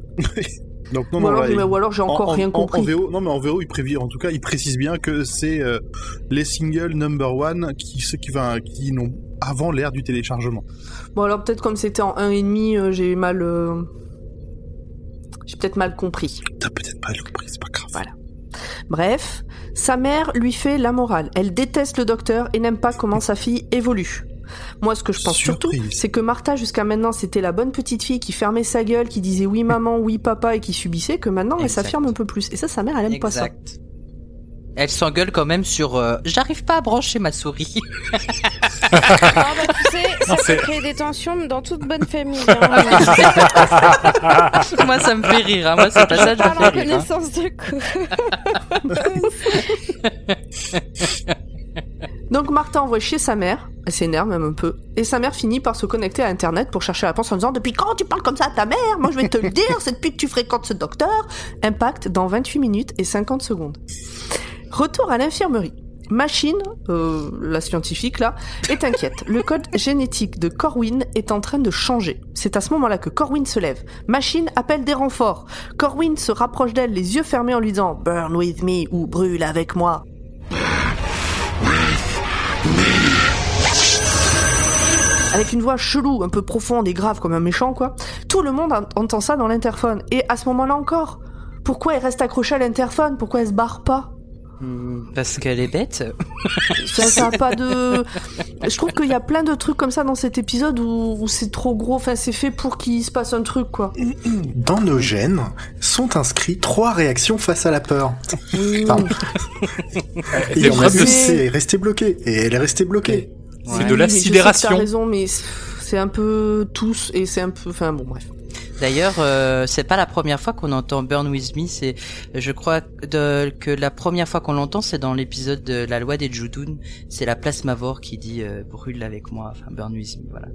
Donc, non,
ou,
non,
alors,
là,
j'ai-
il-
ou alors j'ai encore
en- en-
rien
en-
compris.
En, VO, non, mais en VO, il prévient, en tout cas, il précise bien que c'est euh, les singles number one qui, ceux qui, enfin, qui n'ont avant l'ère du téléchargement.
Bon alors peut-être comme c'était en 1,5, euh, j'ai mal... euh, J'ai peut-être mal compris.
T'as peut-être pas compris, c'est pas grave.
Voilà. Bref, sa mère lui fait la morale. Elle déteste le docteur et n'aime pas comment sa fille évolue. Moi, ce que je pense surtout,
Surprise.
c'est que Martha, jusqu'à maintenant, c'était la bonne petite fille qui fermait sa gueule, qui disait oui maman, oui papa et qui subissait, que maintenant, elle
Exact.
s'affirme un peu plus. Et ça, sa mère, elle aime pas ça.
Elle s'engueule quand même sur... euh, J'arrive pas à brancher ma souris. *laughs*
Ah bah, tu sais, ça
C'est-
peut créer des tensions dans toute bonne famille. Hein,
Moi, ça me fait rire. hein. Moi, ce passage me
parle
fait
en
rire. hein.
connaissance de cause.
Donc Martha envoie chez sa mère, elle s'énerve même un peu, et sa mère finit par se connecter à Internet pour chercher la réponse en disant Depuis quand tu parles comme ça à ta mère Moi je vais te le dire, c'est depuis que tu fréquentes ce docteur Impact dans 28 minutes et 50 secondes. Retour à l'infirmerie. Machine, euh, la scientifique là, est inquiète. Le code génétique de Corwin est en train de changer. C'est à ce moment-là que Corwin se lève. Machine appelle des renforts. Corwin se rapproche d'elle les yeux fermés en lui disant Burn with me ou brûle avec moi. avec une voix chelou, un peu profonde et grave comme un méchant, quoi. Tout le monde en- entend ça dans l'interphone. Et à ce moment-là encore, Pourquoi elle reste accrochée à l'interphone Pourquoi elle se barre pas
Hmm, Parce qu'elle est bête.
Ça, ça a pas de. Je trouve qu'il y a plein de trucs comme ça dans cet épisode où, où c'est trop gros. Enfin, c'est fait pour qu'il se passe un truc, quoi.
Dans nos gènes sont inscrits trois réactions face à la peur.
Mmh. *laughs*
Pardon.
C'est
Et on a
vrai
vu,
que-
c'est resté bloqué. Et elle est restée bloquée.
C'est
Ouais.
de la
Oui, mais je sais que T'as
sidération.
raison, mais c'est un peu tous et c'est un peu. Enfin, bon, bref.
D'ailleurs, euh, c'est pas la première fois qu'on entend Burn With Me. C'est, je crois de- que la première fois qu'on l'entend, c'est dans l'épisode de La Loi des Judun. C'est la place Mavor qui dit euh, brûle avec moi, enfin Burn With Me, voilà.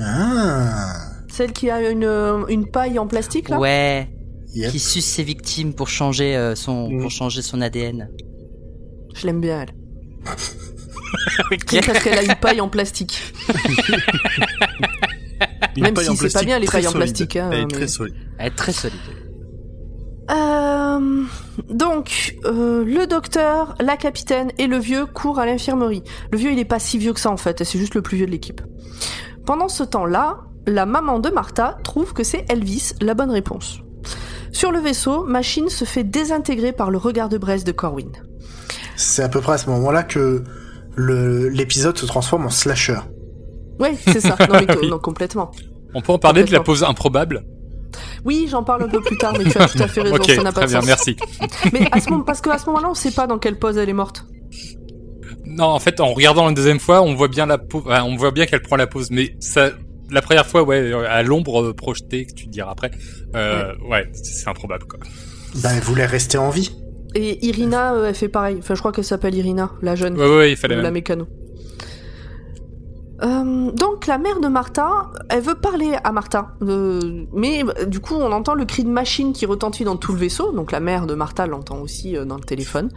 Ah.
Celle qui a une, euh, une paille en plastique, là
Ouais,
Yep.
qui suce ses victimes pour changer euh, son
Mm.
pour changer son ADN.
Je l'aime bien, elle. C'est parce qu'elle a une paille en plastique.
Une
Même
paille
si
en
c'est pas
plastique
bien, les
très
pailles en
solide.
plastique, hein,
Elle est
mais-
très solide.
Elle est très solide.
Euh, donc, euh, le docteur, la capitaine et le vieux courent à l'infirmerie. Le vieux, il est pas si vieux que ça en fait, c'est juste le plus vieux de l'équipe. Pendant ce temps-là, la maman de Martha trouve que c'est Elvis la bonne réponse. Sur le vaisseau, Machine se fait désintégrer par le regard de Brest de Corwin.
C'est à peu près à ce moment-là que le- l'épisode se transforme en slasher.
Ouais, c'est ça. Non, mais
*laughs*
to- non, complètement.
On peut en parler de la
Complètement.
pause improbable
Oui, j'en parle un peu plus tard, mais tu as tout à fait raison,
Ok,
ça n'a pas
très
de
bien,
sens.
merci.
Mais à ce moment, parce qu'à ce moment-là, on sait pas dans quelle pose elle est morte.
Non, en fait, en regardant la deuxième fois, on voit bien la pau- enfin, on voit bien qu'elle prend la pause, mais ça, la première fois, ouais, euh, à l'ombre euh, projetée, que tu diras après, euh, ouais, c'est- c'est improbable, quoi.
Bah, elle voulait rester en vie.
Et Irina, euh, elle fait pareil. Enfin, je crois qu'elle s'appelle Irina, la jeune.
Ouais, ouais, ouais, il fallait
Ou la
même.
mécano. Euh, donc la mère de Martha, elle veut parler à Martha, euh, mais euh, du coup on entend le cri de machine qui retentit dans tout le vaisseau, donc la mère de Martha l'entend aussi euh, dans le téléphone,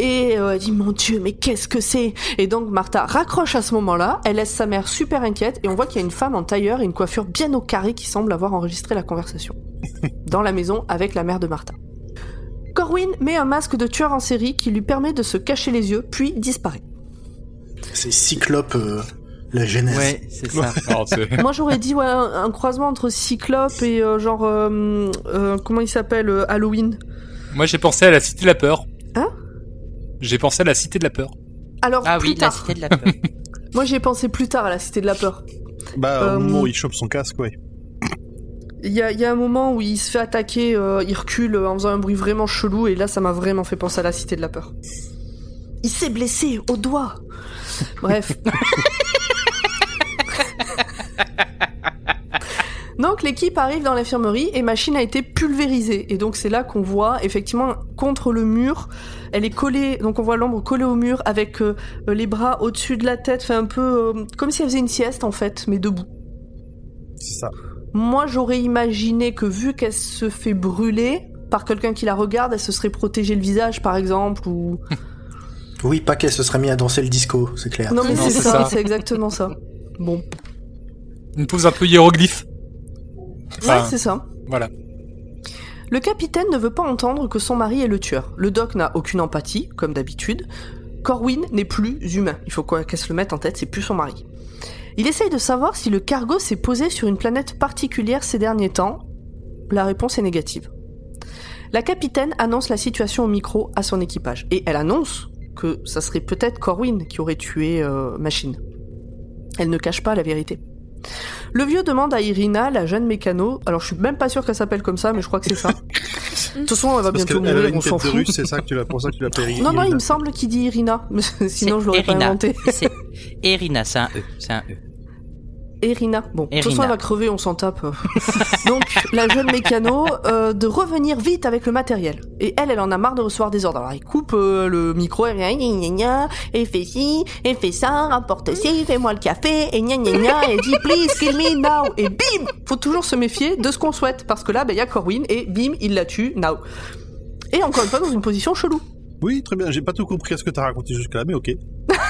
et euh, elle dit mon dieu mais qu'est-ce que c'est Et donc Martha raccroche à ce moment-là, elle laisse sa mère super inquiète, et on voit qu'il y a une femme en tailleur et une coiffure bien au carré qui semble avoir enregistré la conversation, dans la maison avec la mère de Martha. Corwin met un masque de tueur en série qui lui permet de se cacher les yeux, puis disparaît.
C'est Cyclope, euh, la genèse.
Ouais, c'est ça.
*laughs* Alors, c'est-
Moi j'aurais dit ouais, un, un croisement entre Cyclope et euh, genre euh, euh, comment il s'appelle euh, Halloween.
Moi, j'ai pensé à la cité de la peur.
Hein
J'ai pensé à la cité de la peur.
Alors
Ah
plus
oui, la
tard.
cité de la peur.
Moi j'ai pensé plus tard à la Cité de la peur.
Bah,
Euh,
au moment où il chope son casque, ouais.
Il y a, il y a un moment où il se fait attaquer, euh, il recule euh, en faisant un bruit vraiment chelou et là ça m'a vraiment fait penser à la Cité de la peur. Il s'est blessé au doigt. Bref. *laughs* Donc l'équipe arrive dans l'infirmerie et Machine a été pulvérisée. Et donc c'est là qu'on voit effectivement contre le mur, elle est collée, donc on voit l'ombre collée au mur avec euh, les bras au-dessus de la tête, fait un peu euh, comme si elle faisait une sieste en fait, mais debout.
C'est ça.
Moi j'aurais imaginé que vu qu'elle se fait brûler par quelqu'un qui la regarde, elle se serait protégée le visage par exemple ou...
Oui, pas qu'elle se serait mise à danser le disco, c'est clair.
Non mais
Ah, Non,
c'est
c'est
ça,
ça.
c'est exactement ça. Bon,
Une pause un peu hiéroglyphe. Enfin,
ouais c'est ça.
voilà.
Le capitaine ne veut pas entendre que son mari est le tueur. Le doc n'a aucune empathie, comme d'habitude. Corwin n'est plus humain. Il faut quoi- qu'elle se le mette en tête, c'est plus son mari. Il essaye de savoir si le cargo s'est posé sur une planète particulière ces derniers temps. La réponse est négative. La capitaine annonce la situation au micro à son équipage. Et elle annonce que ça serait peut-être Corwin qui aurait tué euh, Machine. Elle ne cache pas la vérité. Le vieux demande à Irina, la jeune mécano, alors je suis même pas sûre qu'elle s'appelle comme ça, mais je crois que c'est
*laughs*
ça. De toute façon, elle va
Parce
bientôt
qu'elle elle a
mourir,
une
on s'en
tête de
fout.
russe, c'est ça que tu l'as pour ça que
*laughs*
tu l'as péri.
Non, non, il me semble qu'il dit Irina, *laughs* mais sinon
C'est
je l'aurais pas
Irina.
inventé.
c'est Erina, c'est un E, c'est un E. *laughs*
Irina. Bon, de toute façon,
Irina.
elle va crever, on s'en tape. *laughs* Donc, la jeune mécano, euh, de revenir vite avec le matériel. Et elle, elle en a marre de recevoir des ordres. Alors, elle coupe euh, le micro, elle vient, gna gna gna, et fait ci, et fait ça, rapporte ci, fais-moi le café, et gna gna gna, et dit please kill me now. Et bim Faut toujours se méfier de ce qu'on souhaite, parce que là, ben, il y a Corwin, et bim, il la tue, now. Et encore une fois, dans une position chelou.
Oui, très bien, j'ai pas tout compris à ce que t'as raconté jusque-là, mais ok.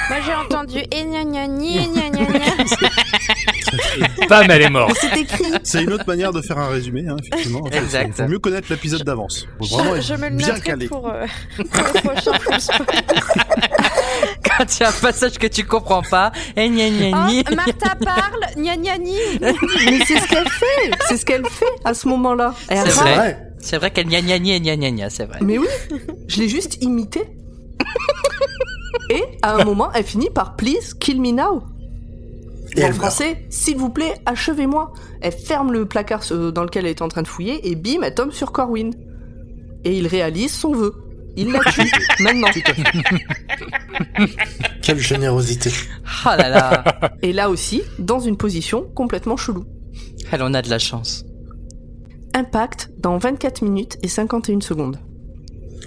Moi j'ai entendu eh, gna, gna, gna, gna, gna, gna.
Bam, elle
*laughs*
est morte.
C'est écrit
C'est une autre manière de faire un résumé, hein,
*laughs*
effectivement.
Exact.
Il faut mieux connaître l'épisode d'avance. Faut vraiment
Je,
être
je me le
bien
noterai
calé.
pour, euh, *laughs* pour le prochain film spoil.
Quand il y a un passage que tu comprends pas, eh, gna, gna, gna.
Oh, Martha parle, gna gna gna.
Mais c'est ce qu'elle fait C'est ce qu'elle fait à ce moment-là. Elle
C'est
râle.
vrai.
Ouais.
C'est vrai qu'elle gna gna gna gna gna gna, c'est vrai.
Mais oui, je l'ai juste imité. Et à un moment, elle finit par Please kill me now.
Et
Ou en
elle part.
français, s'il vous plaît, achevez-moi. Elle ferme le placard euh, dans lequel elle était en train de fouiller et bim, elle tombe sur Corwin. Et il réalise son vœu. Il la
*laughs*
tue maintenant.
Quelle générosité.
Ah là là,
Et là aussi, dans une position complètement chelou.
elle en a de la chance.
Impact dans 24 minutes et 51 secondes.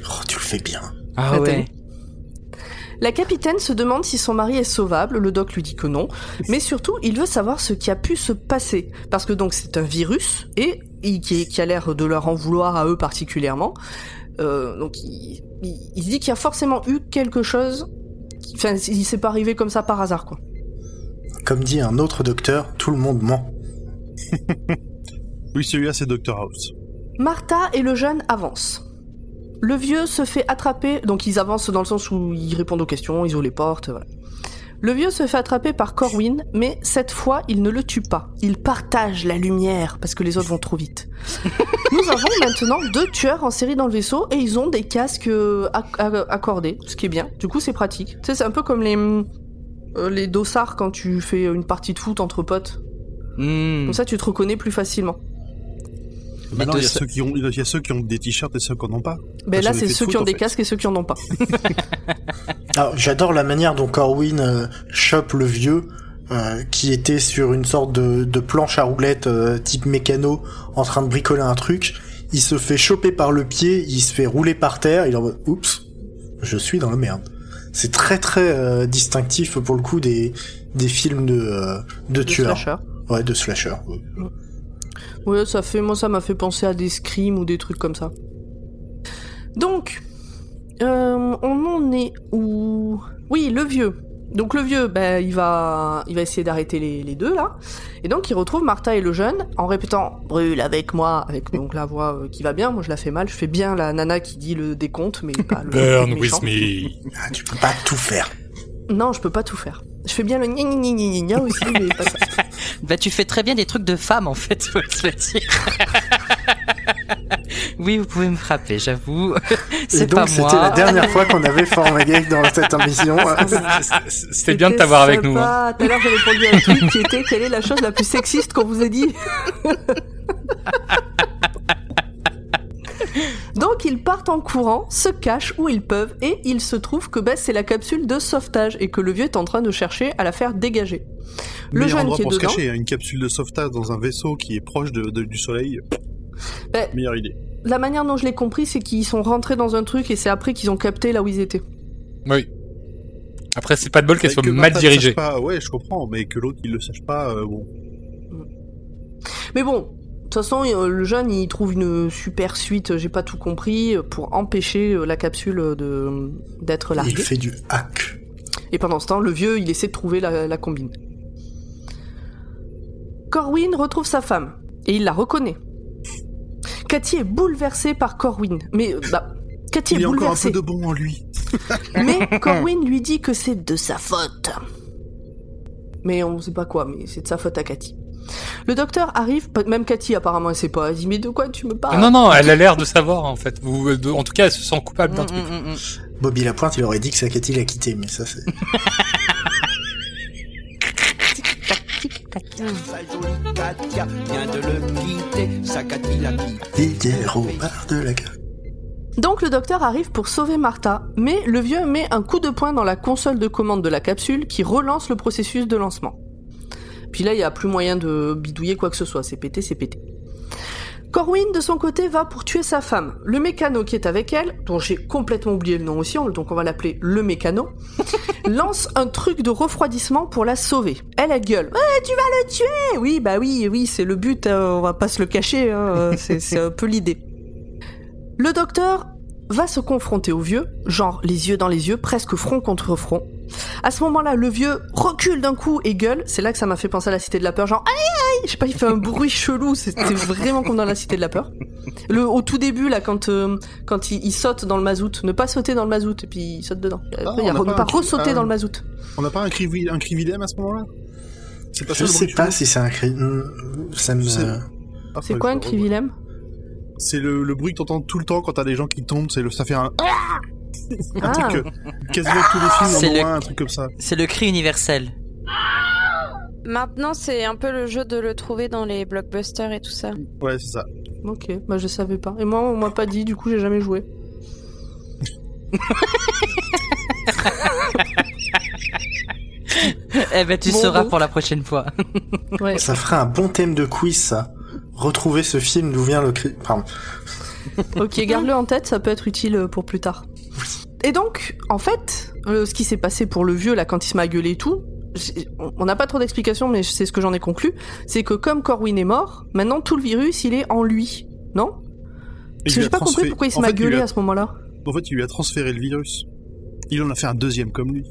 Oh, tu le fais bien.
Ah
Nathalie.
ouais.
La capitaine se demande si son mari est sauvable, le doc lui dit que non, mais surtout il veut savoir ce qui a pu se passer, parce que donc c'est un virus, et, et qui, qui a l'air de leur en vouloir à eux particulièrement, Euh, donc il, il- il se dit qu'il y a forcément eu quelque chose, qui- enfin il s'est pas arrivé comme ça par hasard quoi.
Comme dit un autre docteur, tout le monde ment.
Oui, celui-là, c'est Dr House.
Martha et le jeune avancent. Le vieux se fait attraper, donc ils avancent dans le sens où ils répondent aux questions, ils ouvrent les portes, voilà. Le vieux se fait attraper par Corwin, mais cette fois, il ne le tue pas. Il partage la lumière, parce que les autres vont trop
*laughs*
vite. Nous avons maintenant deux tueurs en série dans le vaisseau, et ils ont des casques euh, acc- euh, accordés, ce qui est bien. Du coup, c'est pratique. Tu sais, c'est un peu comme les, hum, euh, les dossards quand tu fais une partie de foot entre potes.
Hmm.
Comme ça, tu te reconnais plus facilement.
Maintenant, il y, a
deux-
ceux qui ont, il y a ceux qui ont des t-shirts et ceux qui n'en ont pas.
Ben
Ça,
là,
ça
c'est
fait
ceux
foot,
qui ont
en
des
fait.
casques et ceux qui en ont pas.
Alors, j'adore la manière dont Corwin euh, chope le vieux, euh, qui était sur une sorte de, de planche à roulettes euh, type mécano, en train de bricoler un truc. Il se fait choper par le pied, il se fait rouler par terre, il est en mode Oups, je suis dans la merde. C'est très très euh, distinctif pour le coup des, des films de, euh,
de
de tueurs.
slasher.
Ouais, de slasher. ouais.
Ouais, ça fait, moi, ça m'a fait penser à des scrims ou des trucs comme ça. Donc, euh, on en est où Oui, le vieux. Donc le vieux, ben, il va, il va essayer d'arrêter les, les deux là, et donc il retrouve Martha et le jeune en répétant brûle avec moi, avec donc la voix euh, qui va bien. Moi, je la fais mal, je fais bien la nana qui dit le décompte, mais pas le.
Burn
le méchant.
with me.
Ah, tu peux pas tout faire.
Non, je peux pas tout faire. Je fais bien le gna gna gna gna gna aussi, mais pas ça.
Bah tu fais très bien des trucs de femme en fait, *laughs* faut se le dire. oui, vous pouvez me frapper, j'avoue. *laughs*
Et
C'est pas
donc, c'était la
moi.
dernière fois
*laughs*
qu'on avait Formagate dans cette émission.
Ah, C'était bien de t'avoir avec nous. hein.
sympa. Tout à l'heure, j'ai répondu à un truc qui était quelle est la chose la plus sexiste qu'on vous ait dit *laughs* Donc ils partent en courant, se cachent où ils peuvent et il se trouve que Bess c'est la capsule de sauvetage et que le vieux est en train de chercher à la faire dégager. Le
Meilleur
jeune
endroit
qui est
pour se
dedans,
cacher, hein, une capsule de sauvetage dans un vaisseau qui est proche de- de- du soleil.
Ben,
Meilleure idée.
la manière dont je l'ai compris c'est qu'ils sont rentrés dans un truc et c'est après qu'ils ont capté là où ils étaient.
Oui. Après, c'est pas de bol qu'elle
Avec
soit
que
mal
Martha ne
dirigée.
sache Pas, ouais, je comprends, mais que l'autre il le sache pas, euh, bon.
Mais bon, de toute façon, euh, le jeune, il trouve une super suite, euh, j'ai pas tout compris, euh, pour empêcher euh, la capsule euh, de d'être
Il
larguée.
fait du hack.
Et pendant ce temps, le vieux, il essaie de trouver la, la combine. Corwin retrouve sa femme, et il la reconnaît. Cathy est bouleversée par Corwin, mais... euh, Bah, Cathy
Il
est
y a encore un
bouleversée,
peu de bon en lui. *laughs*
mais Corwin lui dit que c'est de sa faute. Mais on sait pas quoi, mais c'est de sa faute à Cathy. Le docteur arrive, pa- même Cathy apparemment elle sait pas, elle dit mais de quoi tu me parles
Ah Non, non, elle a l'air de savoir en fait. Ou, euh, de- en tout cas, elle se sent coupable d'un
Mm,
truc.
mm, mm, mm.
Bobby Lapointe, il aurait dit que sa Cathy l'a quitté, mais ça c'est.
Sa jolie Katia vient de le quitter, sa Cathy l'a
Didier Robert de la gueule.
Donc le docteur arrive pour sauver Martha, mais le vieux met un coup de poing dans la console de commande de la capsule qui relance le processus de lancement. Puis là, il n'y a plus moyen de bidouiller quoi que ce soit, c'est pété, c'est pété. Corwin, de son côté, va pour tuer sa femme. Le mécano qui est avec elle, dont j'ai complètement oublié le nom aussi, on- donc on va l'appeler le mécano, *laughs* lance un truc de refroidissement pour la sauver. Elle, elle gueule. Ouais, tu vas le tuer Oui, bah oui, oui, c'est le but, euh, on va pas se le cacher, hein,
*laughs*
euh, c'est c'est un peu l'idée. Le docteur va se confronter au vieux, genre les yeux dans les yeux, presque front contre front. À ce moment-là, le vieux recule d'un coup et gueule. C'est là que ça m'a fait penser à la Cité de la Peur, genre aïe aïe. Je sais pas, il fait un bruit *laughs* chelou. C'était vraiment comme dans la Cité de la Peur. Le, au tout début, là, quand euh, quand il, il saute dans le mazout, ne pas sauter dans le mazout et puis il saute dedans. Après,
Ah,
il y a
on a
re- ne
pas
pas
un truc-
ressauter
ah.
dans le mazout.
On n'a pas un crivi- un crivilème à ce moment-là C'est pas
Je
ça, le
sais
bruit
pas si c'est un cri. Hmm, Ça me.
C'est-
euh,
Ah,
C'est
ouais,
quoi un
je-
crivilème
C'est le, le bruit que t'entends tout le temps quand t'as des gens qui tombent, c'est le, ça fait un, *laughs* un
Ah.
truc que quasiment tous les films en
C'est
ont
le-
un, un truc comme ça.
C'est le cri universel.
Maintenant, c'est un peu le jeu de le trouver dans les blockbusters et tout ça.
Ouais, c'est ça.
Ok, bah je savais pas. Et moi, on m'a pas dit, du coup, j'ai jamais joué.
Eh ben, tu
Bon,
sauras
bon.
pour la prochaine fois.
Ouais.
Ça ferait un bon thème de quiz, ça. Retrouver ce film d'où vient le cri. Pardon.
Ok, garde-le en tête, ça peut être utile euh, pour plus tard. Et donc, en fait, euh, ce qui s'est passé pour le vieux, là, quand il se m'a gueulé et tout, j'ai- on on n'a pas trop d'explications, mais c'est ce que j'en ai conclu, c'est que comme Corwin est mort, maintenant tout le virus, il est en lui, non Parce
Il
que j'ai
a
pas
transféré-
compris pourquoi il se
en
m'a
fait,
gueulé
lui a-
à ce moment-là.
En fait, il lui a transféré le virus. Il en a fait un deuxième comme lui.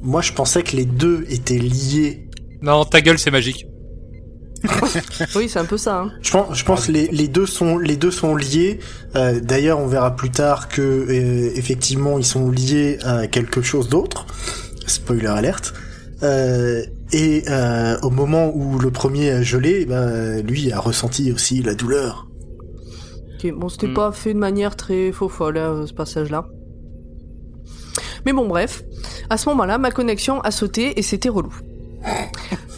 Moi, je pensais que les deux étaient liés.
Non, ta gueule, c'est magique.
Oui, c'est un peu ça. Hein.
Je pense, je pense les, les deux sont les deux sont liés. Euh, D'ailleurs, on verra plus tard que euh, effectivement ils sont liés à quelque chose d'autre. Spoiler alerte. Euh, et euh, au moment où le premier a gelé, bah, lui a ressenti aussi la douleur.
Ok, bon, c'était
Mm.
pas fait de manière très faux folle, ce passage-là. Mais bon, bref, à ce moment-là, ma connexion a sauté et c'était relou.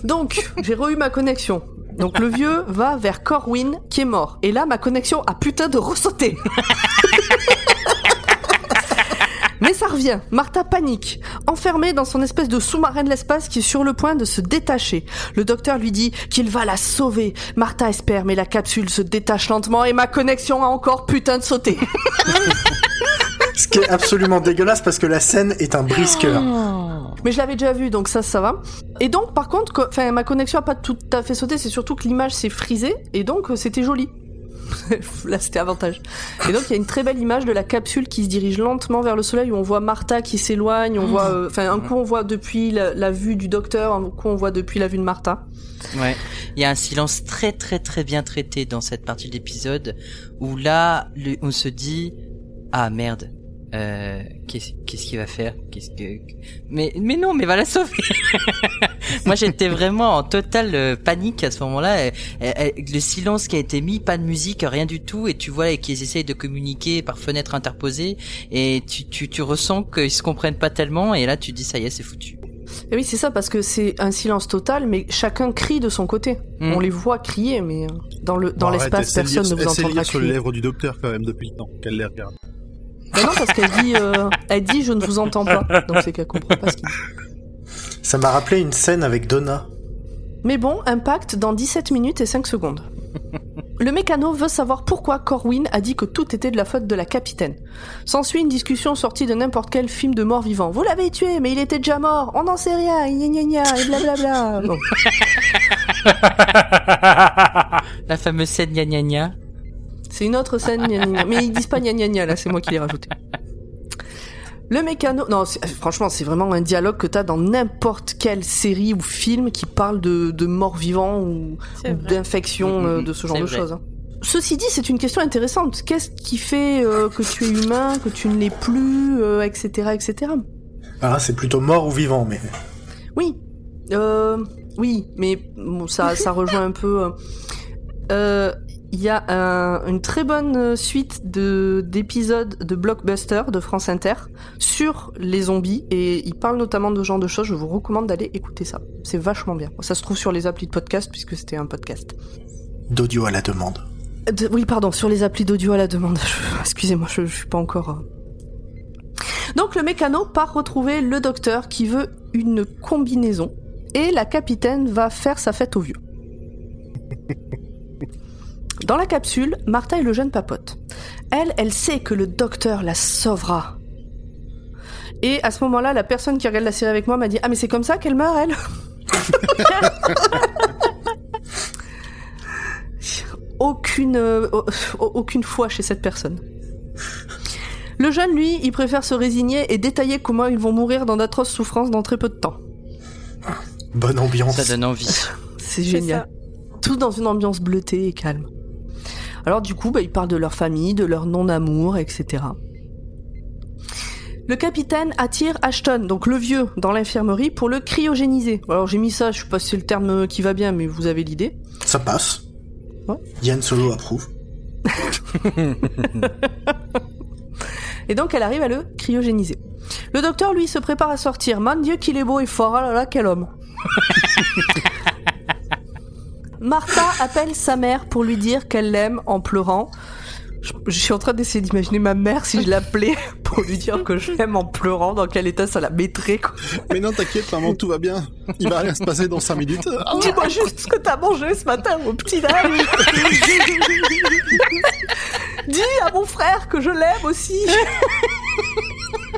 Donc, j'ai re-eu ma connexion. Donc, le vieux va vers Corwin qui est mort. Et là, ma connexion a putain de ressauté. Mais ça revient. Martha panique, enfermée dans son espèce de sous-marin de l'espace qui est sur le point de se détacher. Le docteur lui dit qu'il va la sauver. Martha espère, mais la capsule se détache lentement et ma connexion a encore putain de sauté.
Ce qui est absolument *laughs* dégueulasse parce que la scène est un brisqueur.
Mais je l'avais déjà vu, donc ça, ça va. Et donc, par contre, que- enfin, ma connexion a pas tout à fait sauté, c'est surtout que l'image s'est frisée, et donc euh, c'était joli. *laughs* Là, c'était avantage. Et donc, il y a une très belle image de la capsule qui se dirige lentement vers le soleil, où on voit Martha qui s'éloigne, on voit, euh, enfin, un coup on voit depuis la, la vue du docteur, un coup on voit depuis la vue de Martha.
Ouais. *laughs* Il y a un silence très très très bien traité dans cette partie de l'épisode où là, le- on se dit ah merde, euh, qu'est-ce qu'est-ce qu'il va faire Qu'est-ce que Mais mais non, mais va la sauver. *laughs* Moi, j'étais vraiment en totale euh, panique à ce moment-là. Et- et- et Le silence qui a été mis, pas de musique, rien du tout, et tu vois qu'ils essayent de communiquer par fenêtre interposée, et tu tu, tu ressens qu'ils se comprennent pas tellement, et là, tu te dis ça y est, c'est foutu.
Et oui, c'est ça, parce que c'est un silence total, mais chacun crie de son côté.
Mm.
On les voit crier, mais euh, dans le dans
Bon, arrête,
l'espace,
essaie de lire-
personne ne vous
essaie de
entendra
lire sur les
crier.
lèvres du docteur quand même depuis le temps qu'elle les regarde.
Mais non, parce qu'elle dit, euh, elle dit, je ne vous entends pas. Donc c'est qu'elle comprend pas ce qu'il dit.
Ça m'a rappelé une scène avec Donna.
Mais bon, impact dans 17 minutes et 5 secondes. Le mécano veut savoir pourquoi Corwin a dit que tout était de la faute de la capitaine. S'ensuit une discussion sortie de n'importe quel film de mort-vivant. Vous l'avez tué, mais il était déjà mort, on n'en sait rien, gna gna gna, et blablabla. Bon.
La fameuse scène gna gna gna.
C'est une autre scène, gna gna gna. Mais ils disent pas gna gna gna, là, c'est moi qui l'ai rajouté. Le mécano. Non, c'est- franchement, c'est vraiment un dialogue que t'as dans n'importe quelle série ou film qui parle de, de mort vivant ou,
C'est
ou
vrai.
d'infection,
Mhm,
euh,
mhm,
de ce genre
c'est
de
vrai.
choses. hein. Ceci dit, c'est une question intéressante. Qu'est-ce qui fait euh, que tu es humain, que tu ne l'es plus, euh, etc., etc.
Alors là, c'est plutôt mort ou vivant, mais
Oui. Euh, oui, mais bon, ça, ça rejoint un peu. euh, euh, Il y a un- une très bonne euh, suite de- d'épisodes de, Blockbuster de France Inter sur les zombies et ils parlent notamment de ce genre de choses. Je vous recommande d'aller écouter ça. C'est vachement bien. Ça se trouve sur les applis de podcast puisque c'était un podcast.
d'audio à la demande.
Euh, de- oui, pardon, sur les applis d'audio à la demande. Je- Excusez-moi, je, je suis pas encore. euh. Donc le mécano part retrouver le docteur qui veut une combinaison et la capitaine va faire sa fête au vieux. Dans la capsule, Martha et le jeune papotent. Elle, elle sait que le docteur la sauvera. Et à ce moment-là, la personne qui regarde la série avec moi m'a dit Ah, mais c'est comme ça qu'elle meurt, elle Aucune, euh, aucune foi chez cette personne. Le jeune, lui, il préfère se résigner et détailler comment ils vont mourir dans d'atroces souffrances dans très peu de temps.
Bonne ambiance.
Ça donne envie.
C'est
C'est
génial.
ça.
tout dans une ambiance bleutée et calme. Alors du coup, bah, ils parlent de leur famille, de leur non-amour, etc. Le capitaine attire Ashton, donc le vieux, dans l'infirmerie pour le cryogéniser. Alors j'ai mis ça, je sais pas si c'est le terme euh, qui va bien, mais vous avez l'idée.
Ça passe.
Ouais.
Yann Solo approuve.
Et donc elle arrive à le cryogéniser. Le docteur, lui, se prépare à sortir. Man, Dieu qu'il est beau et fort, ah là là, quel
*laughs*
homme. Martha appelle sa mère pour lui dire qu'elle l'aime en pleurant. Je, je suis en train d'essayer d'imaginer ma mère si je l'appelais *laughs* pour lui dire que je l'aime en pleurant, dans quel état ça la mettrait. quoi.
Mais non, t'inquiète, maman, tout va bien. Il va rien se passer dans 5 minutes.
Oh.
Ah,
Dis-moi juste ce que t'as mangé ce matin au petit
*laughs*
dame. Dis à mon frère que je l'aime aussi.
*laughs*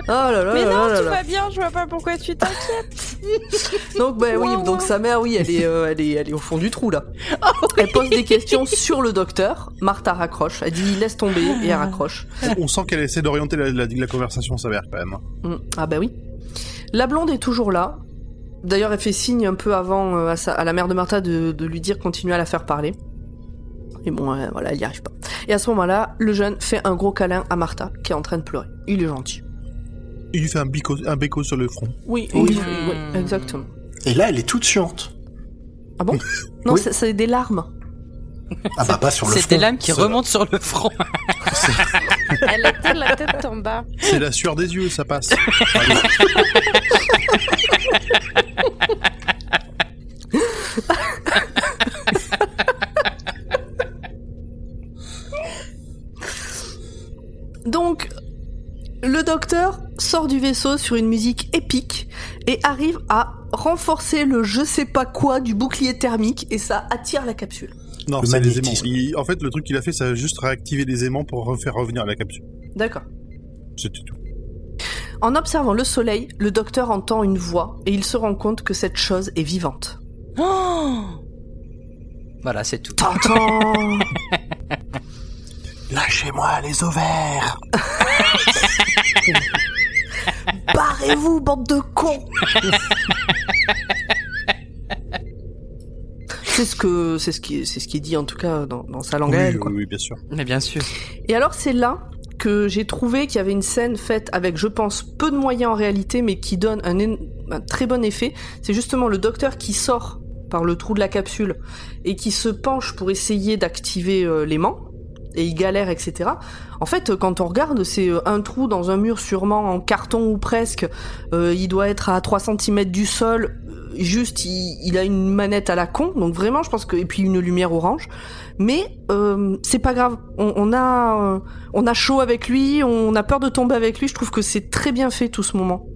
oh là là
Mais
là
non,
là
tout
là.
va bien, je vois pas pourquoi tu t'inquiètes.
Donc bah oui,
Ouah,
donc
ouah.
sa mère, oui, elle est, euh, elle est, elle est au fond du trou *laughs* là. Elle pose des questions sur le docteur. Martha raccroche. Elle dit laisse tomber et elle raccroche.
On sent qu'elle essaie d'orienter la, la- la conversation, ça mère, quand même.
Mm. Ah bah oui. La blonde est toujours là. D'ailleurs, elle fait signe un peu avant euh, à, sa- à la mère de Martha de, de lui dire continuer à la faire parler. Et bon, euh, voilà, elle y arrive pas. Et à ce moment-là, le jeune fait un gros câlin à Martha qui est en train de pleurer. Il est gentil.
Il lui fait un, bico, un béco sur le front.
Oui,
Oui.
oui, Mm. oui, exactement. Ah
Et là, elle est toute chiante.
*laughs* Non,
Oui.
c'est- c'est des larmes.
Ah bah pas sur le front.
C'est des lames qui
Ça va.
remontent sur le
*laughs*
front.
Elle était la tête en bas.
C'est la sueur des yeux, ça passe.
Donc, le docteur sort du vaisseau sur une musique épique et arrive à renforcer le je sais pas quoi du bouclier thermique et ça attire la capsule.
Non,
Le
c'est des aimants.
magnétisme.
Il- en fait, le truc qu'il a fait, ça a juste réactivé les aimants pour refaire revenir la capsule.
D'accord.
C'était tout.
En observant le soleil, le docteur entend une voix et il se rend compte que cette chose est vivante.
Voilà, c'est tout.
*laughs* T'entends
Lâchez-moi les ovaires.
Barrez-vous, bande de cons C'est ce que c'est ce qui c'est ce qui dit en tout cas dans, dans sa langue à elle,
oui,
quoi.
oui, oui, bien sûr.
Mais bien sûr.
Et alors c'est là que j'ai trouvé qu'il y avait une scène faite avec, je pense, peu de moyens en réalité, mais qui donne un, éno- un très bon effet. C'est justement le docteur qui sort par le trou de la capsule et qui se penche pour essayer d'activer euh, l'aimant. Et il galère, etc. En fait, euh, quand on regarde, c'est euh, un trou dans un mur sûrement en carton ou presque. Euh, il doit être à 3 cm du sol. Euh, Juste, il, il a une manette à la con. Donc vraiment, je pense que... Et puis une lumière orange. Mais euh, c'est pas grave. On, on a, euh, on a chaud avec lui, on a peur de tomber avec lui. Je trouve que c'est très bien fait tout ce moment.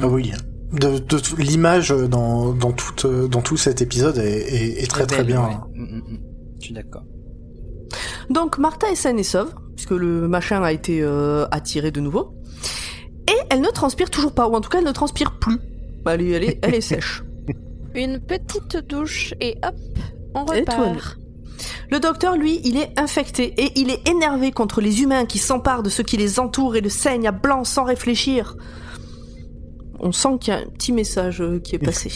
Ah oui. De, de- de- l'image dans, dans, toute- dans tout cet épisode est, est- est très très
belle,
bien.
ouais. Mm, mm, mm. Je suis d'accord.
Donc Martha est saine et sauve, puisque le machin a été euh, attiré de nouveau. Et elle ne transpire toujours pas, ou en tout cas elle ne transpire plus. Bah, elle, est- elle est, elle est sèche.
Une petite douche et hop, on
Et toi,
repart.
Le docteur, lui, il est infecté et il est énervé contre les humains qui s'emparent de ceux qui les entourent et le saignent à blanc sans réfléchir. On sent qu'il y a un petit message euh, qui est passé.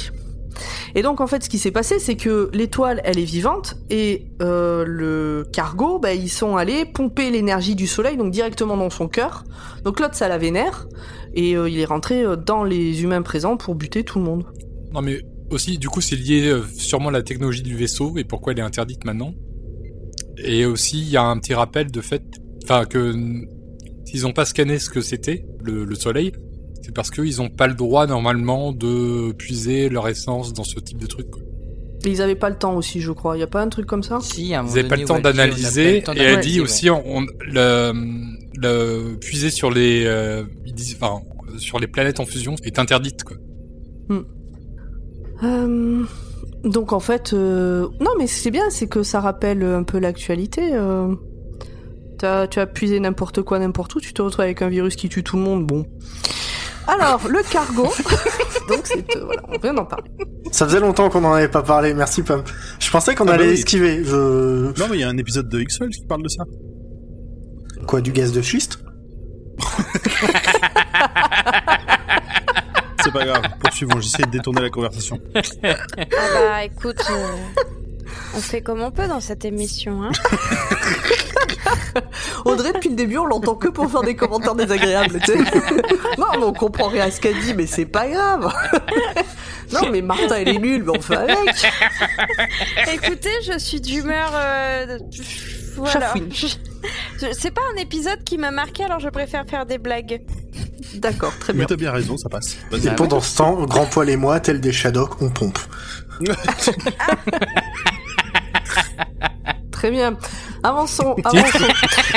Et donc, en fait, ce qui s'est passé, c'est que l'étoile, elle est vivante et euh, le cargo, bah, ils sont allés pomper l'énergie du soleil, donc directement dans son cœur. Donc, l'autre, ça la vénère et euh, il est rentré euh, dans les humains présents pour buter tout le monde.
Non, mais aussi, du coup, c'est lié euh, sûrement à la technologie du vaisseau et pourquoi elle est interdite maintenant. Et aussi, il y a un petit rappel de fait, enfin, que n- s'ils n'ont pas scanné ce que c'était, le, le soleil, c'est parce qu'ils n'ont pas le droit normalement de puiser leur essence dans ce type de truc. quoi.
Et ils avaient pas le temps aussi, je crois. Il y a pas un truc comme ça
Si, à un
Ils
moment
n'avaient pas
donné,
le temps
ouais, on a pas
d'analyser
le temps
et elle
d'analyser,
dit
ouais.
aussi, on, on- le, le puiser sur les, euh, ils disent, enfin, sur les planètes en fusion est interdite. Quoi.
Euh, donc en fait, euh, non mais c'est bien, c'est que ça rappelle un peu l'actualité. euh. T'as- tu as puisé n'importe quoi, n'importe où, tu te retrouves avec un virus qui tue tout le monde. Bon. Alors le *laughs* cargo. donc c'est euh, voilà, on vient d'en parler.
Ça faisait longtemps qu'on n'en avait pas parlé, merci Pam. Je pensais qu'on
Ah bah
allait
oui.
esquiver. Je...
Non, mais il y a un épisode de X-Files qui parle de ça.
Quoi, du gaz de schiste
C'est
*laughs*
pas grave. Poursuivons, j'essaie de détourner la conversation.
Ah bah écoute, euh, on fait comme on peut dans cette émission. Hein.
Audrey depuis le début on l'entend que pour faire des commentaires désagréables. tu sais. non mais on comprend rien à ce qu'elle dit, mais c'est pas *laughs* grave. non mais Martha elle est nulle, mais on fait avec.
Écoutez, *laughs* je suis d'humeur... euh, Voilà.
Chafouine.
Je- C'est pas un épisode qui m'a marqué, alors je préfère faire des blagues.
D'accord, très
Mais
bien.
t'as bien raison, ça passe. Vas-y.
Et pendant ce temps, Grand Poil et moi, tel des Shadok, on pompe.
Très bien. Avançons, avançons.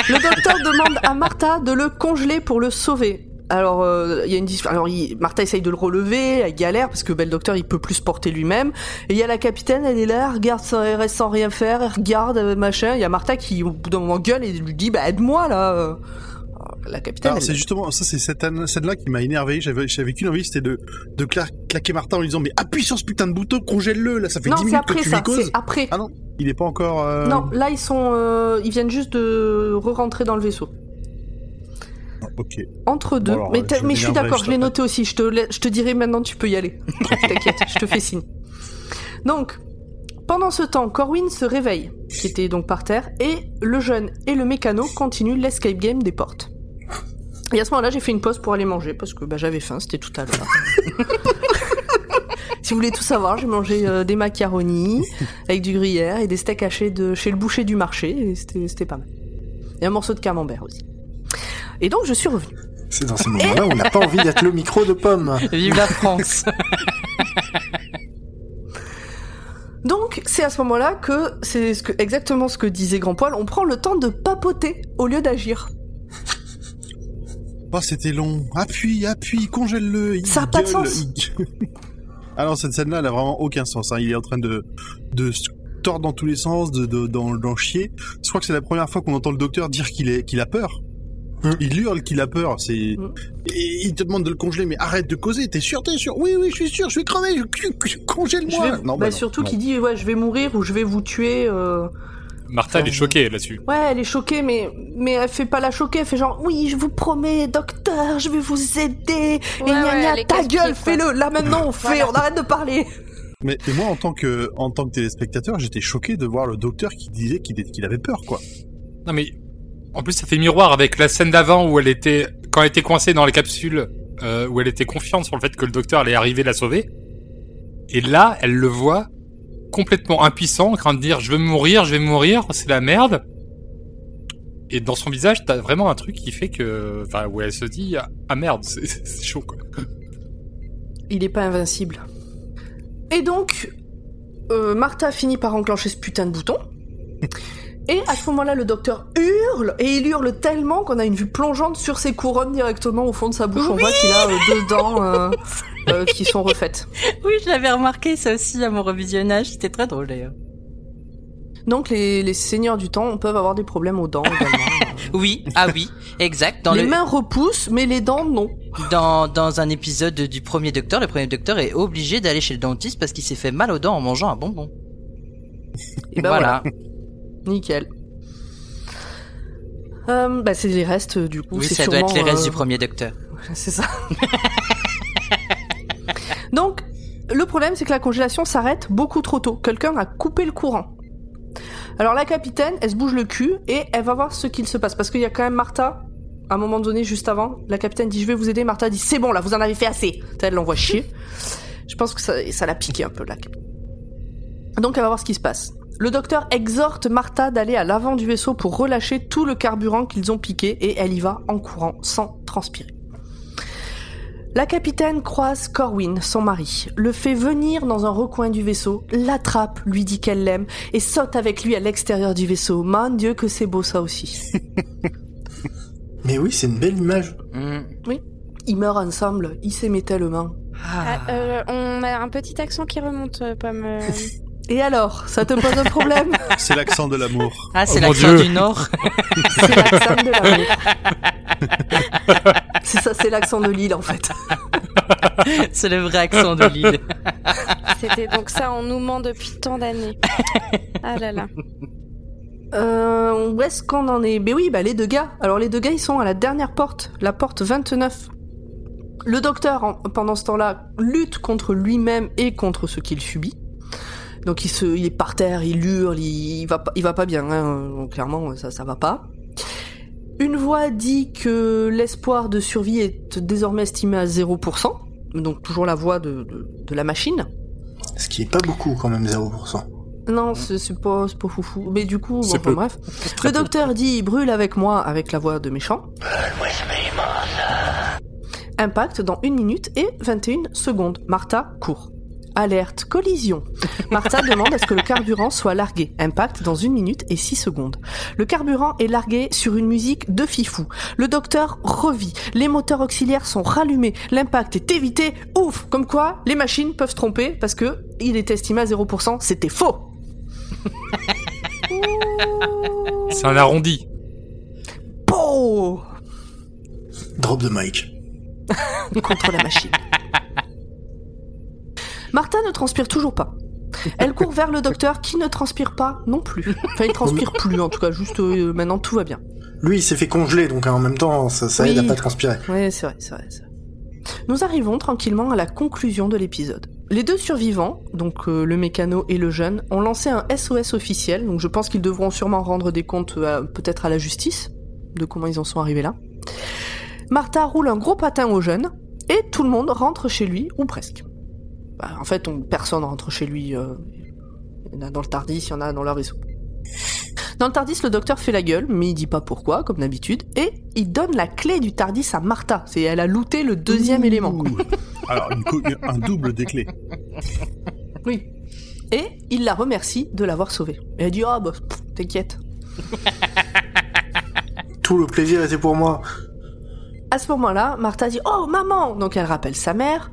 le docteur demande à Martha de le congeler pour le sauver. Alors, euh, il y a une dis- Alors, il- Martha essaye de le relever, elle galère parce que ben, le docteur il peut plus se porter lui-même. Et il y a la capitaine, elle est là, elle regarde, sans- elle reste sans rien faire, elle regarde euh, machin. Il y a Martha qui au bout d'un moment gueule et lui dit bah aide-moi là. euh. Alors, La capitaine.
Alors,
elle-
c'est justement, ça, c'est cette an- celle-là qui m'a énervé. J'avais, j'avais qu'une envie, c'était de, de cla- claquer Martin en lui disant, mais appuie sur ce putain de bouton, congèle-le, là, ça fait
non,
10
c'est
minutes que
après
tu
ça.
lui
C'est
causes.
après.
Ah non, il est pas encore, euh,
Non, là ils sont, euh, ils viennent juste de re-rentrer dans le vaisseau.
ok.
Entre deux.
alors,
mais,
euh,
t'as-
je
mais je suis
reviendrai
d'accord,
juste
je l'ai
après.
noté aussi. Je te, la- je te dirai maintenant, tu peux y
*laughs*
aller. T'inquiète, je te fais signe. Donc, pendant ce temps, Corwin se réveille, qui était donc par terre, et le jeune et le mécano continuent l'escape game des portes. Et à ce moment-là, j'ai fait une pause pour aller manger parce que bah, j'avais faim, c'était tout à
*laughs*
l'heure. si vous voulez tout savoir, j'ai mangé euh, des macaronis avec du gruyère et des steaks hachés de chez le boucher du marché, et c'était c'était pas mal. Et un morceau de camembert aussi. Et donc, je suis revenue.
C'est dans ces moments-là où on n'a pas envie d'être le micro de pomme.
*laughs* Vive la France
Donc, c'est à ce moment-là que c'est ce que- exactement ce que disait Grand Poil, on prend le temps de papoter au lieu d'agir.
Oh, c'était long. Appuie, appuie, congèle-le. il
Ça a pas de
gueule,
sens.
*laughs* il- Ah non, cette scène-là, elle a vraiment aucun sens. hein. Il est en train de, de se tordre dans tous les sens, de, de- d'en, d'en chier. Je crois que c'est la première fois qu'on entend le docteur dire qu'il, est, qu'il a peur.
Hein.
Mm.
Il hurle qu'il a peur. C'est...
Mm.
Et il te demande de le congeler, mais arrête de causer. T'es sûr, t'es sûr Oui, oui, je suis sûr, je vais crever. je-
Je
Congèle-moi.
vais-
Non,
bah,
bah non,
surtout
non.
qu'il dit ouais, je vais mourir ou je vais vous tuer. euh.
Ah
Martha, elle est choquée là-dessus.
Ouais, elle est choquée, mais mais elle fait pas la choquer, elle fait genre oui, je vous promets, docteur, je vais vous aider.
Ouais,
et gna
ouais,
gna,
elle est
ta
casse-pied,
gueule,
quoi.
fais-le. Là maintenant,
*laughs*
on fait,
Voilà.
on arrête de parler.
Mais et moi, en tant que, en tant que téléspectateur, j'étais choqué de voir le docteur qui disait qu'il, est- qu'il avait peur, quoi.
Non mais en plus ça fait miroir avec la scène d'avant où elle était quand elle était coincée dans la capsule euh, où elle était confiante sur le fait que le docteur allait arriver la sauver. Et là, elle le voit complètement impuissant, en train de dire je vais mourir, je vais mourir, c'est la merde. Et dans son visage, t'as vraiment un truc qui fait que enfin où elle se dit ah merde, *laughs* c'est- c'est chaud quoi.
Il est pas invincible. Et donc, euh, Martha finit par enclencher ce putain de bouton. Et à ce moment-là, le docteur hurle, et il hurle tellement qu'on a une vue plongeante sur ses couronnes directement au fond de sa bouche. On voit qu'il a euh, deux dents euh, euh, qui sont refaites.
*laughs* Oui, je l'avais remarqué ça aussi à mon revisionnage, c'était très drôle d'ailleurs.
Donc les, les seigneurs du temps peuvent avoir des problèmes aux dents également.
Oui, ah oui, exact. *laughs* Dans,
les
le-
mains repoussent, mais les dents non.
dans, dans un épisode du premier docteur, le premier docteur est obligé d'aller chez le dentiste parce qu'il s'est fait mal aux dents en mangeant un bonbon. bah
Et ben voilà. Nickel. Euh, bah c'est les restes euh, du coup.
Oui,
c'est
ça doit être les
sûrement,
restes
euh,
du premier docteur.
*laughs* C'est ça. Donc, le problème, c'est que la congélation s'arrête beaucoup trop tôt. Quelqu'un a coupé le courant. Alors, la capitaine, elle se bouge le cul et elle va voir ce qu'il se passe. Parce qu'il y a quand même Martha, à un moment donné, juste avant, la capitaine dit Je vais vous aider. Martha dit C'est bon, là, vous en avez fait assez. Elle l'envoie chier. Je pense que ça, ça l'a piqué un peu, la capitaine. Donc, elle va voir ce qui se passe. Le docteur exhorte Martha d'aller à l'avant du vaisseau pour relâcher tout le carburant qu'ils ont piqué et elle y va en courant, sans transpirer. La capitaine croise Corwin, son mari, le fait venir dans un recoin du vaisseau, l'attrape, lui dit qu'elle l'aime, et saute avec lui à l'extérieur du vaisseau. Mon Dieu, que c'est beau ça aussi.
Mais oui, c'est une belle image.
Mm.
Ils meurent ensemble, ils s'aimaient tellement.
Ah.
Ah, euh, on a un petit accent qui remonte, euh, Pomme. euh.
Et alors, ça te pose un problème
C'est l'accent de l'amour.
Ah, c'est
Oh mon
l'accent
Dieu.
du *laughs* Nord
C'est l'accent de l'amour. C'est ça, c'est l'accent de Lille en fait.
C'est le vrai accent de l'île.
C'était donc ça, on nous ment depuis tant d'années. Ah là là.
Euh, où est-ce qu'on en est Ben oui, bah les deux gars. Alors les deux gars, ils sont à la dernière porte, la porte 29. Le docteur, en- pendant ce temps-là, lutte contre lui-même et contre ce qu'il subit. Donc il, se, il est par terre, il hurle, il, il va, pas- il va pas bien. hein. Donc, clairement, ça, ça va pas. Une voix dit que l'espoir de survie est désormais estimé à 0%. Donc toujours la voix de- de- de la machine.
Ce qui est pas beaucoup quand même, 0%.
Non, c'est c'est pas, c'est pas foufou. Mais du coup, bon,
C'est
enfin,
peu.
bref.
Très
Le
peu.
docteur dit brûle avec moi avec la voix de méchant. Impact dans 1 minute et 21 secondes. Martha court. Alerte collision.
*laughs*
Martha demande à ce que le carburant soit largué. Impact dans 1 minute et 6 secondes. Le carburant est largué sur une musique de fifou. Le docteur revit. Les moteurs auxiliaires sont rallumés. L'impact est évité. Ouf Comme quoi, les machines peuvent se tromper parce que il est estimé à 0%. C'était faux
C'est un arrondi.
Pow
Drop the mic.
contre la *laughs* machine. Martha ne transpire toujours pas. Elle court vers le docteur qui ne transpire pas non plus. Enfin, il transpire plus en tout cas, juste euh, maintenant tout va bien.
Lui, il s'est fait congeler, donc hein, en même temps, ça, ça
Oui.
aide à pas transpirer.
Ouais, c'est vrai, c'est vrai, c'est vrai. Nous arrivons tranquillement à la conclusion de l'épisode. Les deux survivants, donc euh, le mécano et le jeune, ont lancé un SOS officiel, donc je pense qu'ils devront sûrement rendre des comptes euh, peut-être à la justice de comment ils en sont arrivés là. Martha roule un gros patin au jeune et tout le monde rentre chez lui, ou presque. Bah, en fait, on, personne rentre chez lui. euh, il y en a dans le Tardis, il y en a dans le réseau. Dans le Tardis, le docteur fait la gueule, mais il dit pas pourquoi, comme d'habitude, et il donne la clé du Tardis à Martha. C'est elle a looté le deuxième élément. *laughs* quoi.
Alors, une co- un double des clés.
Oui. Et il la remercie de l'avoir sauvée. Et elle dit Ah, bah, pff, t'inquiète.
Tout le plaisir était pour moi.
À ce moment-là, Martha dit Oh, maman Donc elle rappelle sa mère.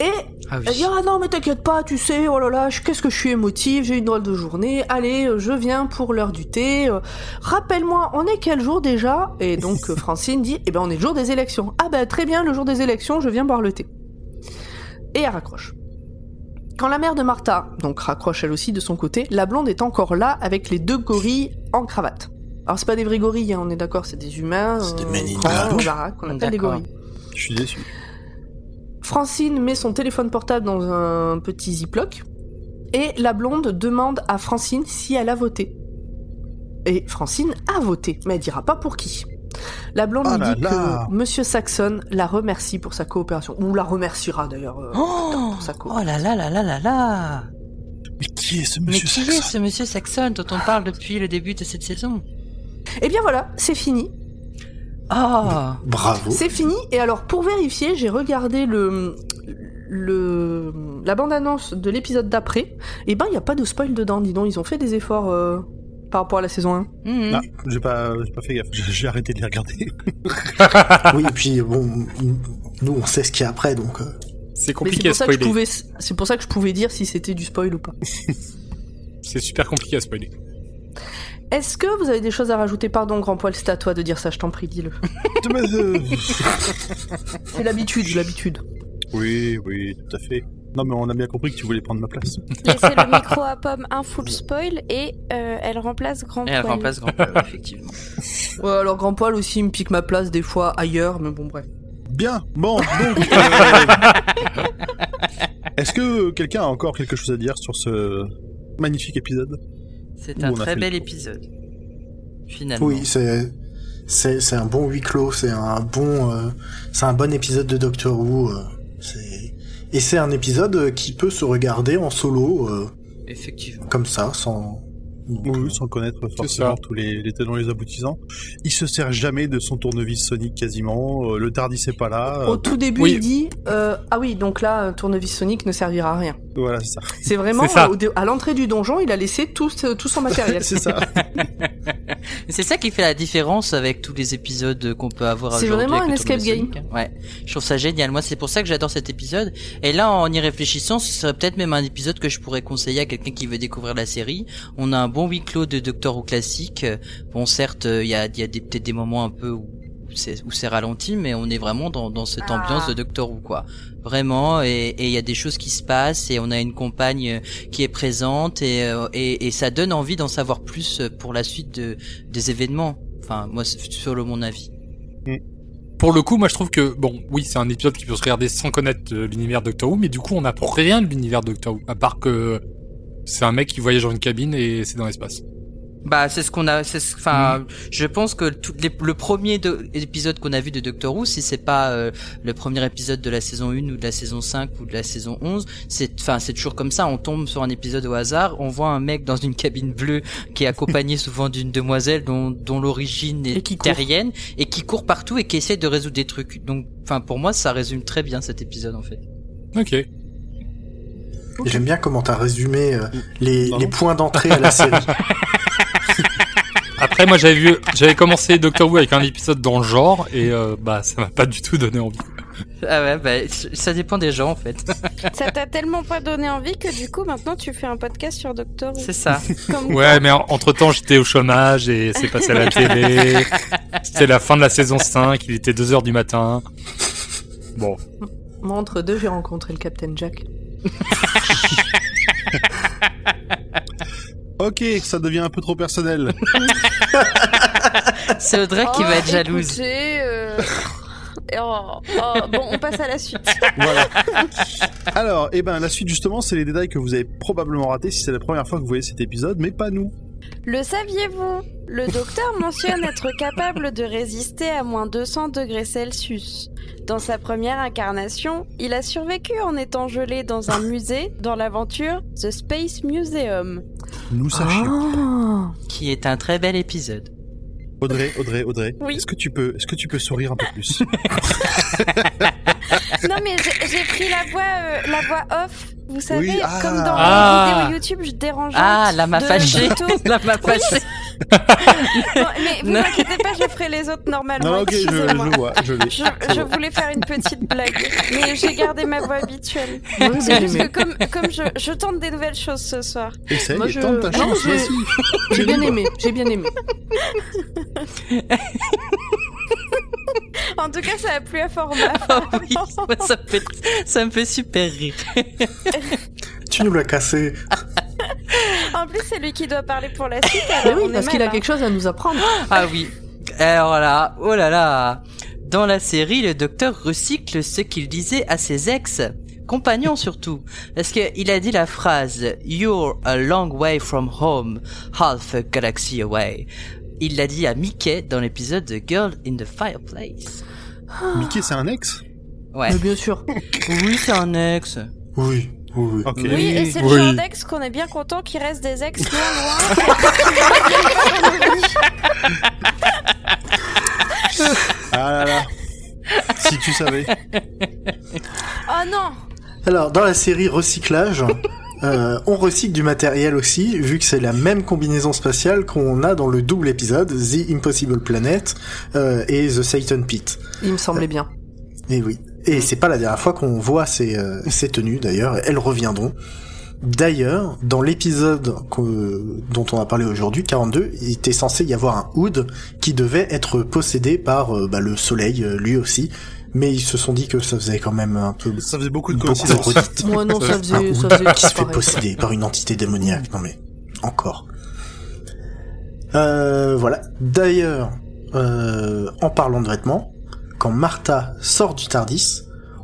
Et
Ah
elle dit Ah non, mais t'inquiète pas, tu sais, oh là là, je- qu'est-ce que je suis émotive, j'ai une drôle de journée, allez, euh, je viens pour l'heure du thé. euh, Rappelle-moi, on est quel jour déjà Et
*laughs*
donc euh, Francine dit Eh ben, on est le jour des élections. Ah ben, très bien, le jour des élections, je viens boire le thé. Et elle raccroche. Quand la mère de Martha, donc raccroche elle aussi de son côté, la blonde est encore là avec les deux gorilles en cravate. Alors c'est pas des vrais gorilles, hein, on est d'accord, c'est des humains.
C'est des
euh,
men in
qu'on-
black.
qu'on baraque, qu'on appelle des
D'accord.
gorilles.
Je suis déçu.
Francine met son téléphone portable dans un petit ziploc et la blonde demande à Francine si elle a voté. Et Francine a voté, mais elle dira pas pour qui. La blonde
Oh
lui
là
dit
là.
que Monsieur Saxon la remercie pour sa coopération, ou la remerciera d'ailleurs euh,
Oh,
pour sa coopération.
oh là là là là là là
Mais qui est ce
Mais
monsieur
qui est
Saxon
ce monsieur Saxon dont on parle depuis le début de cette saison
Et Eh bien voilà, c'est fini.
Oh
Bravo.
C'est fini. Et alors, pour vérifier, j'ai regardé le, le, la bande-annonce de l'épisode d'après. Et ben, il n'y a pas de spoil dedans, dis donc. Ils ont fait des efforts euh, par rapport à la saison 1.
Mhm.
Ah, j'ai pas, j'ai pas fait gaffe. J'ai j'ai arrêté de les *laughs* regarder.
Oui, et puis bon, nous on sait ce qu'il y a après, donc.
C'est
euh,
Mais c'est
compliqué à
pour, ça que je
spoiler.
pouvais, c'est pour ça que je pouvais dire si c'était du spoil ou pas.
C'est super compliqué à spoiler.
Est-ce que vous avez des choses à rajouter Pardon, grand poil, c'est à toi de dire ça, je t'en prie, dis-le.
Mais, euh,
C'est l'habitude, l'habitude.
*laughs* oui, oui, tout à fait. Non, mais on a bien compris que tu voulais prendre ma place.
Laissez le micro à Pomme un full spoil et euh, elle remplace Grand
Et elle
Poil.
remplace Grand Poil, effectivement.
Ouais, alors grand poil aussi, il me pique ma place des fois ailleurs, mais bon, bref.
*laughs* Bien, bon, donc. euh, *laughs* Est-ce que quelqu'un a encore quelque chose à dire sur ce magnifique épisode
C'est
Ouh,
un
on a
très
fait
bel
le
épisode. Finalement.
Oui, c'est c'est c'est un bon huis clos, c'est un bon euh, c'est un bon épisode de Doctor Who. euh, c'est et c'est un épisode euh, qui peut se regarder en solo euh,
Effectivement.
comme ça, sans. donc,
Oui,
euh,
sans connaître
ça.
forcément tous les, les tenants et les aboutissants. Il se sert jamais de son tournevis Sonic quasiment. euh, le Tardis est pas là. euh,
Au tout début,
oui.
il dit euh, Ah oui, donc là, euh, tournevis sonique ne servira à rien.
Voilà, c'est ça.
C'est vraiment,
C'est ça.
euh, au dé- à l'entrée du donjon, il a laissé tout, ce- tout son
*laughs*
matériel.
*laughs* c'est ça.
Mais C'est ça qui fait la différence avec tous les épisodes qu'on peut avoir
C'est
aujourd'hui
vraiment
avec
un
le tournoi
escape
de Sonic, hein. Ouais, je trouve ça génial. Moi, c'est pour ça que j'adore cet épisode. Et là, en y réfléchissant, ce serait peut-être même un épisode que je pourrais conseiller à quelqu'un qui veut découvrir la série. On a un bon huis clos de Doctor Who classique. Bon, certes, euh, il y a, il y a des- peut-être des moments un peu où où c'est où c'est ralenti, mais on est vraiment dans, dans cette
Ah.
ambiance de Doctor Who, quoi. Vraiment, et et il y a des choses qui se passent, et on a une compagne euh, qui est présente, et, euh, et, et ça donne envie d'en savoir plus euh, pour la suite de, des événements. Enfin, moi, c'est selon mon avis.
Pour le coup, moi je trouve que, bon, oui, c'est un épisode qui peut se regarder sans connaître euh, l'univers Doctor Who, mais du coup, on n'apprend rien de l'univers Doctor Who, à part que c'est un mec qui voyage dans une cabine et c'est dans l'espace.
Bah, c'est ce qu'on a. c'est ce- Enfin, je pense que tout les- le premier de- épisode qu'on a vu de Doctor Who, si c'est pas euh, le premier épisode de la saison 1 ou de la saison 5 ou de la saison 11, c'est enfin c'est toujours comme ça. On tombe sur un épisode au hasard, on voit un mec dans une cabine bleue qui est accompagné *laughs* souvent d'une demoiselle dont, dont l'origine est
Et qui court.
terrienne et qui court partout et qui essaie de résoudre des trucs. Donc, enfin pour moi, ça résume très bien cet épisode en fait.
Ok.
J'aime bien comment t'as résumé euh, les,
Pardon
les points d'entrée à la série.
*laughs*
Après, moi, j'avais vu, j'avais commencé Doctor Who avec un épisode dans le genre et euh, bah ça m'a pas du tout donné envie.
Ah ouais, bah c- ça dépend des gens en fait.
Ça t'a tellement pas donné envie que du coup maintenant tu fais un podcast sur Doctor Who.
*laughs* C'est *laughs* ça.
Comme
Ouais, mais entre temps, j'étais au chômage et c'est passé à la télé. C'était la fin de la saison 5, il était 2h du matin. Bon.
Moi, entre deux, j'ai rencontré le Captain Jack.
Ok, ça devient un peu
*laughs*
trop personnel.
C'est Audrey qui
Oh,
va être jalouse.
écoutez, euh, *laughs* oh, oh, bon, on passe à la suite.
voilà. Alors, eh ben, la suite justement, c'est les détails que vous avez probablement ratés si c'est la première fois que vous voyez cet épisode, mais pas nous.
Le saviez-vous Le docteur mentionne être capable de résister à moins 200 degrés Celsius. Dans sa première incarnation, il a survécu en étant gelé dans un musée dans l'aventure The Space
*laughs*
Museum.
Nous sachions.
Ah.
Qui est un très bel épisode.
Audrey, Audrey, Audrey.
Oui.
Est-ce que tu peux, est-ce que tu peux sourire un peu
*laughs*
plus
Non mais j'ai j'ai pris la voix, euh, la voix off, vous savez,
Oui, ah.
comme dans
Ah.
les vidéos YouTube, je dérange.
Ah, la m'a
de
fâchée.
Pluto.
La m'a fâchée.
Non, mais vous
Non.
inquiétez pas, je ferai les autres normalement.
Non, ok, je,
excusez-moi.
je vois, je l'ai.
Je, je voulais faire une petite blague, mais j'ai gardé ma voix habituelle.
Ouais,
C'est
j'ai
juste que
aimé.
comme, comme je, je tente des nouvelles choses ce soir.
Essaye
Moi,
et
je-
tente ta
non,
chance,
j'ai-
vas-y.
J'ai bien aimé, j'ai bien aimé.
En tout cas, ça a plu à format.
Oh oui, *laughs* moi, ça, me fait, ça me fait super rire.
tu nous l'as cassé.
En plus, c'est lui qui doit parler pour la suite.
Mais hein.
Alors
oui,
on
parce
est
qu'il a
mal,
quelque chose à nous apprendre.
Ah oui. Alors là, oh là là. Dans la série, le docteur recycle ce qu'il disait à ses ex, compagnons surtout, parce qu'il a dit la phrase You're a long way from home, half a galaxy away. Il l'a dit à Mickey dans l'épisode de Girl in the Fireplace.
Mickey, c'est un ex
Ouais.
Mais bien sûr.
Oui, c'est un ex.
Oui, oui, oui.
Ok.
hein. Oui, et c'est
Oui.
le genre d'ex qu'on est bien content qu'il reste des ex loin, loin.
Ah
*laughs*
là là. si tu savais.
Oh non
Alors, dans la série recyclage, euh, on recycle du matériel aussi, vu que c'est la même combinaison spatiale qu'on a dans le double épisode The Impossible Planet euh, et The Satan Pit.
Il me semblait bien.
Et oui. Et c'est pas la dernière fois qu'on voit ces, euh, ces tenues d'ailleurs, elles reviendront. D'ailleurs, dans l'épisode que- dont on a parlé aujourd'hui, 42, il était censé y avoir un Hood qui devait être possédé par euh, bah, le soleil euh, lui aussi, mais ils se sont dit que ça faisait quand même un peu
Ça faisait beaucoup de
Beaucoup de
coïncidences.
redites.
Moi, non, ça
Un
faisait. Ça
Hood
faisait
Ah, qui se fait
pareil.
posséder par une entité démoniaque. Non mais, encore. Euh, voilà. D'ailleurs, euh, en parlant de vêtements, quand Martha sort du Tardis,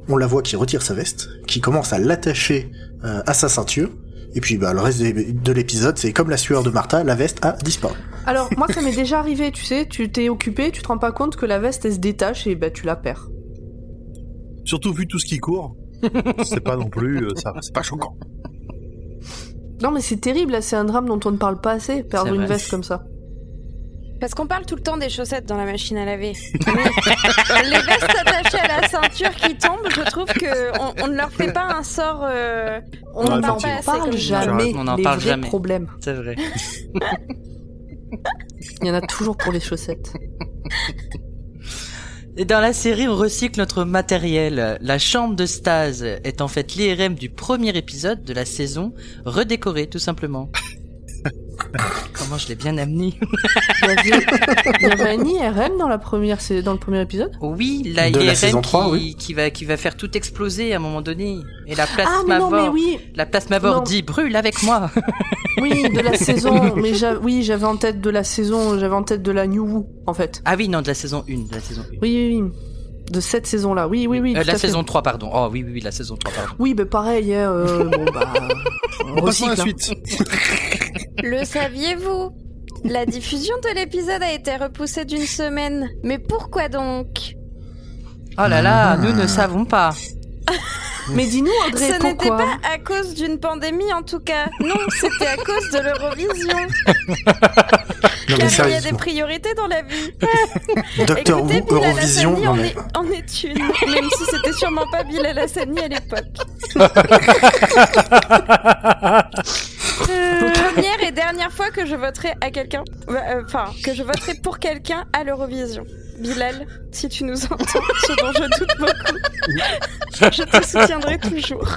on la voit qui retire sa veste, qui commence à l'attacher euh, à sa ceinture, et puis bah, le reste de de l'épisode, c'est comme la sueur de Martha, la veste a disparu.
Alors, moi, ça m'est déjà arrivé, tu sais. Tu t'es occupé, tu te rends pas compte que la veste, elle se détache et bah, tu la perds.
Surtout vu tout ce qui court. C'est pas non plus, euh, ça, c'est pas choquant.
Non, mais c'est terrible, là, c'est un drame dont on ne parle pas assez, perdre
C'est
une
vrai.
veste comme ça.
Parce qu'on parle tout le temps des chaussettes dans la machine à laver. *laughs* Mais les vestes attachées à la ceinture qui tombent, je trouve que on, on ne leur fait pas un sort. euh, on
Ouais,
n'en
n'en parle
effectivement.
pas assez.
parle
comme-
jamais.
On en
les
parle
vrais
jamais.
problèmes.
C'est vrai.
Il y en a toujours pour les chaussettes.
Et dans la série, on recycle notre matériel. La chambre de stase est en fait l'IRM du premier épisode de la saison, redécorée
*laughs*
tout simplement. Comment je l'ai bien amené
Il y avait, il y avait un IRM dans, la première, c'est dans le premier épisode
Oui, la
De la
IRM
saison
qui,
3, oui.
qui va qui va faire tout exploser à un moment donné. Et la
Ah, mais non,
plasmavore,
mais oui
la plasmavore
Non.
dit brûle avec moi. *laughs*
Oui, de la saison. Mais j'a- oui, j'avais en tête de la saison, j'avais en tête de la New Who, en fait.
Ah oui, non, de la saison 1, de la saison 1.
Oui, oui, oui. De cette saison-là, oui, oui, oui.
Euh,
tout à
la
fait.
saison 3 pardon. Oh oui oui oui, la saison 3 pardon.
Oui, bah pareil, hein,
*laughs*
euh, bon bah. on
Bon, passons
recycle,
à la
hein.
suite.
Le saviez-vous La diffusion de l'épisode a été repoussée d'une semaine. Mais pourquoi donc
Oh là là, nous
Ah.
ne savons pas.
Mais dis-nous, Audrey,
Ce n'était
pourquoi
pas à cause d'une pandémie en tout cas. Non, c'était à cause de l'Eurovision. Car il
Non mais
y a des
sérieusement,
priorité dans la vie.
Docteur Who,
Écoutez, Bilal
Eurovision,
Hassani
non
en,
mais...
est, en est une. Même si c'était sûrement pas Bilal Hassani à
*laughs*
l'époque. Euh, Première et dernière fois que je voterai à quelqu'un. bah, euh, Enfin, que je voterai pour quelqu'un à l'Eurovision. Bilal, si tu nous entends, ce dont je doute beaucoup, je te soutiendrai toujours.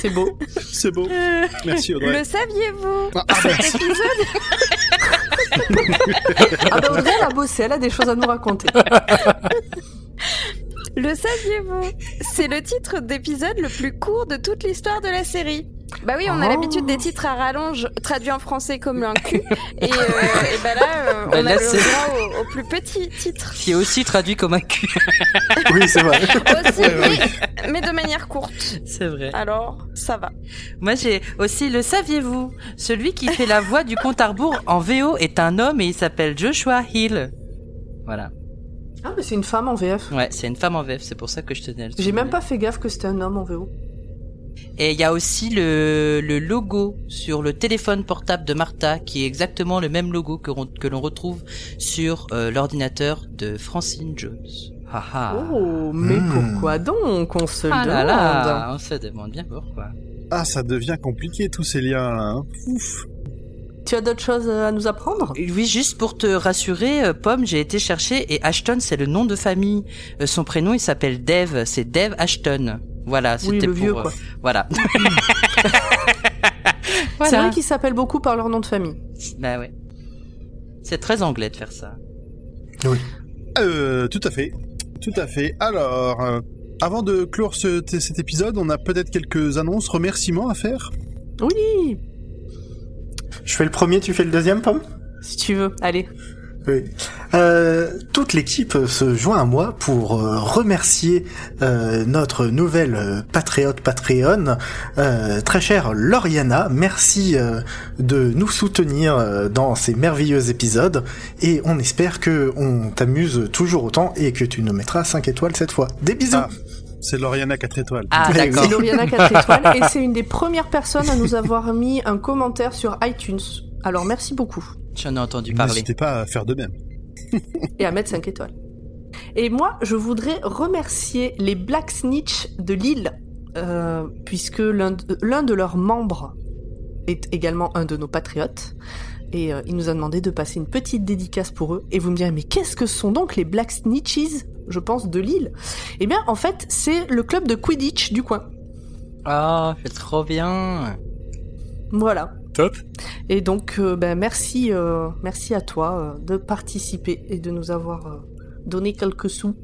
C'est beau.
C'est beau.
Euh,
Merci Audrey.
Le saviez-vous
Ah, ah, bah,
Cet épisode
*laughs*
Ah bah Audrey, elle a bossé, elle a des choses à nous raconter.
Le saviez-vous C'est le titre d'épisode le plus court de toute l'histoire de la série. Bah oui, on a
Oh.
l'habitude des titres à rallonge traduits en français comme
*laughs*
un cul. Et, euh, et bah là, euh,
Bah
on
là,
a
c'est-
le droit au, au plus petit
*laughs*
titre.
Qui est aussi traduit comme un cul. *laughs*
Oui, c'est vrai.
Aussi, mais, mais de manière courte.
C'est vrai.
Alors, ça va.
Moi, j'ai aussi le saviez-vous Celui qui fait la voix du compte à rebours en VO est un homme et il s'appelle Joshua Hill. Voilà.
Ah mais c'est une femme en VF.
Ouais, c'est une femme en VF, c'est pour ça que je tenais à le
J'ai même
souligner.
pas fait gaffe que c'était un homme en VO.
Et il y a aussi le, le logo sur le téléphone portable de Martha qui est exactement le même logo que, ron- que l'on retrouve sur euh, l'ordinateur de Francine Jones. Haha.
Oh, mais
Hmm.
pourquoi donc On se le
Ah là
demande.
là, on se demande bien pourquoi.
ah, ça devient compliqué tous ces liens là. hein. Ouf.
Tu as d'autres choses à nous apprendre
Oui, juste pour te rassurer, euh, Pomme, j'ai été chercher et Ashton, c'est le nom de famille. Euh, son prénom, il s'appelle Dave, c'est Dave Ashton. Voilà,
Oui,
c'était
le
pour...
vieux
euh,
quoi. *laughs*
Voilà.
C'est
Voilà.
vrai qu'ils s'appellent beaucoup par leur nom de famille.
Bah ouais. C'est très anglais de faire ça.
Euh, tout à fait. Tout à fait. Alors, euh, avant de clore ce- t- cet épisode, on a peut-être quelques annonces, remerciements à faire.
Oui,
Je fais le premier, tu fais le deuxième, Pomme
si tu veux. Allez.
Oui. Euh, toute l'équipe se joint à moi pour euh, remercier euh, notre nouvelle euh, patriote patreonne, euh, très chère Lauriana. Merci euh, de nous soutenir euh, dans ces merveilleux épisodes et on espère que on t'amuse toujours autant et que tu nous mettras 5 étoiles cette fois. Des bisous.
Ah. C'est Lauriana 4 étoiles.
Ah
Mais oui.
d'accord.
C'est Lauriana 4 étoiles et c'est une des premières personnes à nous avoir mis un commentaire sur iTunes. Alors merci beaucoup.
J'en ai entendu parler.
N'hésitez pas à faire de même.
et à mettre 5 étoiles. Et moi, je voudrais remercier les Black Snitch de Lille, euh, puisque l'un de, l'un de leurs membres est également un de nos patriotes. Et euh, il nous a demandé de passer une petite dédicace pour eux. Et vous me direz, mais qu'est-ce que sont donc les Black Snitches, je pense, de Lille Eh bien, en fait, c'est le club de Quidditch du coin.
Ah, c'est trop bien.
Voilà.
Top.
Et donc, euh, ben, merci, euh, merci à toi euh, de participer et de nous avoir euh, donné quelques sous.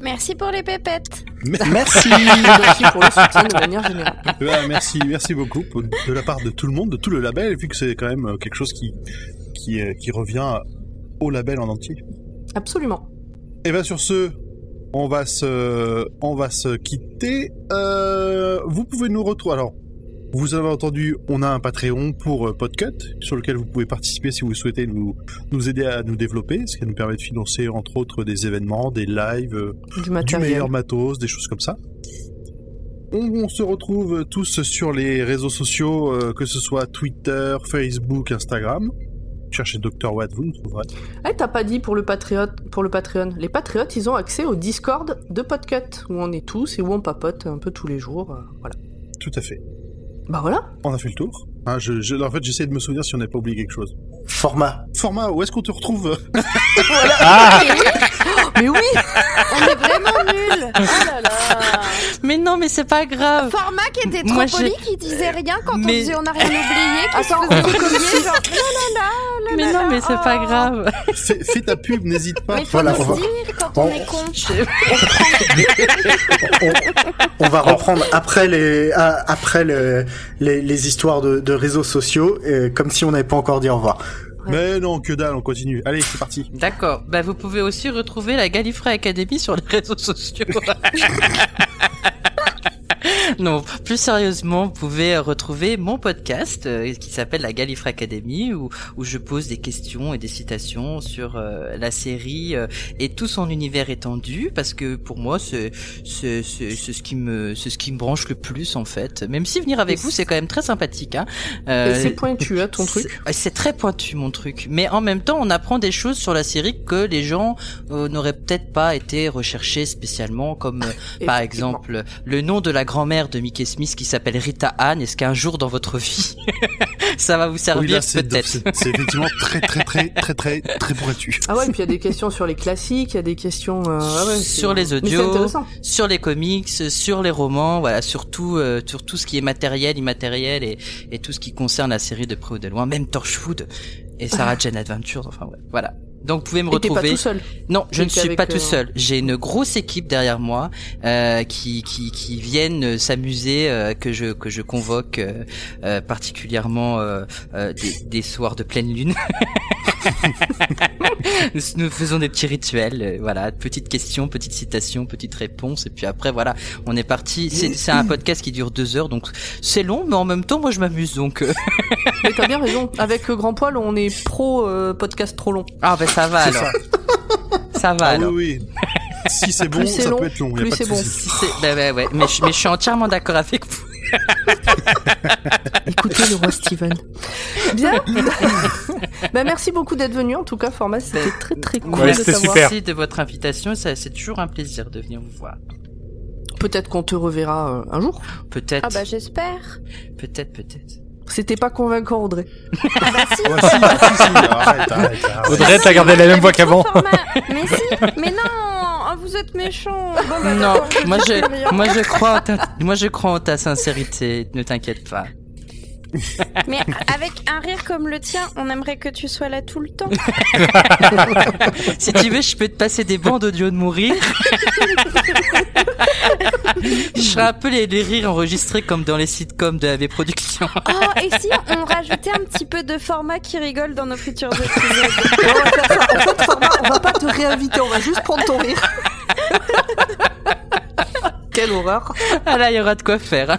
Merci pour les pépettes.
Merci.
Merci pour le soutien de manière générale.
Ah, merci, merci beaucoup pour- de la part de tout le monde, de tout le label, vu que c'est quand même euh, quelque chose qui, qui, euh, qui revient au label en entier.
Absolument.
Et bien Eh ben, sur ce, on va se, on va se quitter. Euh, vous pouvez nous retrouver. Alors, vous avez entendu, on a un Patreon pour euh, Podcut, sur lequel vous pouvez participer si vous souhaitez nous, nous aider à nous développer, ce qui nous permet de financer entre autres des événements, des lives, euh,
Du
du
matériel.
meilleur matos, des choses comme ça. On, on se retrouve tous sur les réseaux sociaux, euh, que ce soit Twitter, Facebook, Instagram. Cherchez Dr. Watt, vous nous trouverez.
Eh, t'as pas dit pour le Patriote, pour le Patreon. Les Patriotes, ils ont accès au Discord de Podcut, où on est tous et où on papote un peu tous les jours. euh, voilà.
Tout à fait.
Bah voilà.
On a fait le tour. Hein, je, je- en fait, j'essaie de me souvenir si on n'a pas oublié quelque chose.
Format.
Format, où est-ce qu'on te retrouve
*laughs*
Mais oui
On est vraiment
*laughs*
nuls. Oh là là.
Mais non, mais c'est pas grave.
Format qui était trop
Moi, je-
poli, qui disait rien quand on
Mais-
disait on n'a rien oublié. qui se faisait oublier, genre, oh là là, oh là
Mais
là,
non, mais c'est
oh.
pas grave.
fais, fais ta pub, n'hésite pas.
Mais faut
Voilà,
nous
on va-
le dire quand on,
on-
est con.
on, on
*laughs*
va reprendre après les à- après le- les, les histoires de, de réseaux sociaux, euh, comme si on n'avait pas encore dit au revoir.
Mais non, que dalle, on continue. Allez, c'est parti.
D'accord. Bah vous pouvez *laughs* aussi retrouver la Gallifrey Academy sur les réseaux sociaux. Non, plus sérieusement, vous pouvez retrouver mon podcast euh, qui s'appelle la Galifre Academy où, où je pose des questions et des citations sur euh, la série euh, et tout son univers étendu parce que pour moi c'est c'est c'est c'est ce qui me c'est ce qui me branche le plus en fait. Même si venir avec
Et
vous c'est quand même très sympathique hein.
Et
Euh,
c'est pointu, hein, ton truc.
c'est- C'est très pointu mon truc, mais en même temps on apprend des choses sur la série que les gens euh, n'auraient peut-être pas été recherchés spécialement,
*laughs*
comme euh, par
Effectivement.
exemple le nom de la grand-mère de Mickey Smith qui s'appelle Rita Anne. Est-ce qu'un jour dans votre vie *laughs* ça va vous
Oui,
servir
là, c'est
peut-être
c'est- c'est effectivement très, très, très, très, très,
*laughs*
très pointu.
Ah ouais, puis il y a des questions sur les classiques, il y a des questions euh, ah ouais, c'est-
Sur les
Mais c'est
audios.
intéressant.
sur les comics, sur les romans, voilà, surtout euh, sur tout ce qui est matériel, immatériel et, et tout ce qui concerne la série de près ou de loin, même Torchwood et Sarah Jane Adventures. Enfin ouais, voilà. Donc vous pouvez me
Ah. Et t'es pas
retrouver.
tout seul.
Non, je ne
Donc,
suis
avec,
pas tout
euh,
seul. J'ai une grosse équipe derrière moi euh, qui, qui qui viennent euh, s'amuser euh, que je que je convoque euh, euh, particulièrement euh, euh, des, des soirs de pleine lune. *laughs* nous, nous faisons des petits rituels, euh, voilà, petites questions, petites citations, petites réponses, et puis après voilà, on est parti. C'est c'est un podcast qui dure deux heures, donc c'est long, mais en même temps, moi je m'amuse donc. euh.
Mais t'as bien raison. Avec euh, Grand Poil, on est pro euh, podcast trop long.
Ah ben ça va
C'est
alors,
ça.
ça va
Ah
alors.
oui, oui. Si c'est bon,
Plus c'est
ça
long,
peut être long. y a
plus
pas de
c'est bon.
Si
souci.
c'est- bah, bah, ouais, mais, je- mais je suis entièrement d'accord avec vous.
Écoutez le roi Steven. Bien. *laughs* bah, merci beaucoup d'être venu. En tout cas, Format, c'était très très cool
Bah, Ouais,
de
c'était
t'avoir.
super.
Merci de votre invitation, ça- c'est toujours un plaisir de venir vous voir.
Peut-être qu'on te reverra euh, un jour.
Peut-être,
Ah bah j'espère.
peut-être, peut-être.
C'était pas convaincant, Audrey.
Ouais, si, si, si, arrête, arrête, arrête.
Audrey, t'as gardé la même voix qu'avant.
Format. Mais si, mais non, oh, vous êtes méchant. Bon, bah, *laughs*
Non,
d'accord, je
moi
dis plus
je,
rien.
moi je crois, en ta, moi je crois en ta sincérité. Ne t'inquiète pas.
Mais avec un rire comme le tien, on aimerait que tu sois là tout le *laughs* temps.
Si tu veux, je peux te passer des bandes audio de mourir. je ferai un peu les, les rires enregistrés comme dans les sitcoms de AV Productions.
Oh, et si on rajoutait un petit peu de format qui rigole dans nos futurs épisodes
on va faire ça. En fait, Format, on va pas te réinviter. On va juste prendre ton rire. *laughs* Quelle horreur.
Ah *laughs* là, il y aura de quoi faire. hein.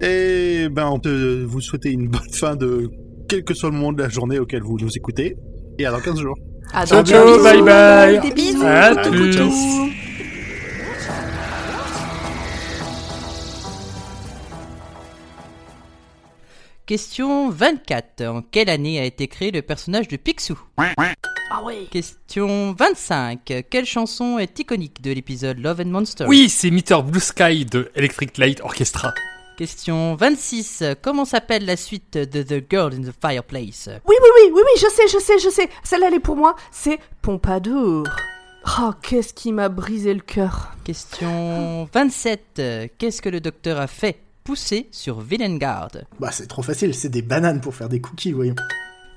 Et ben, on peut vous souhaiter une bonne fin de quel que soit le moment de la journée auquel vous nous écoutez. Et à dans 15 jours.
À
Ciao,
Ah, donc,
ciao,
bisous,
bye, bye.
Des bisous.
À
coucou,
plus.
coucou.
Question 24. En quelle année a été créé le personnage de Picsou
Ah ouais.
Question 25. Quelle chanson est iconique de l'épisode Love and Monster
Oui, c'est Meter Blue Sky de Electric Light Orchestra.
Question 26. Comment s'appelle la suite de The Girl in the Fireplace
Oui, oui, oui, oui, oui, je sais, je sais, je sais. Celle-là, elle est pour moi. C'est Pompadour. Oh, qu'est-ce qui m'a brisé le cœur.
Question 27. Qu'est-ce que le docteur a fait pousser sur Villengard
Bah, c'est trop facile, c'est des bananes pour faire des cookies, voyons.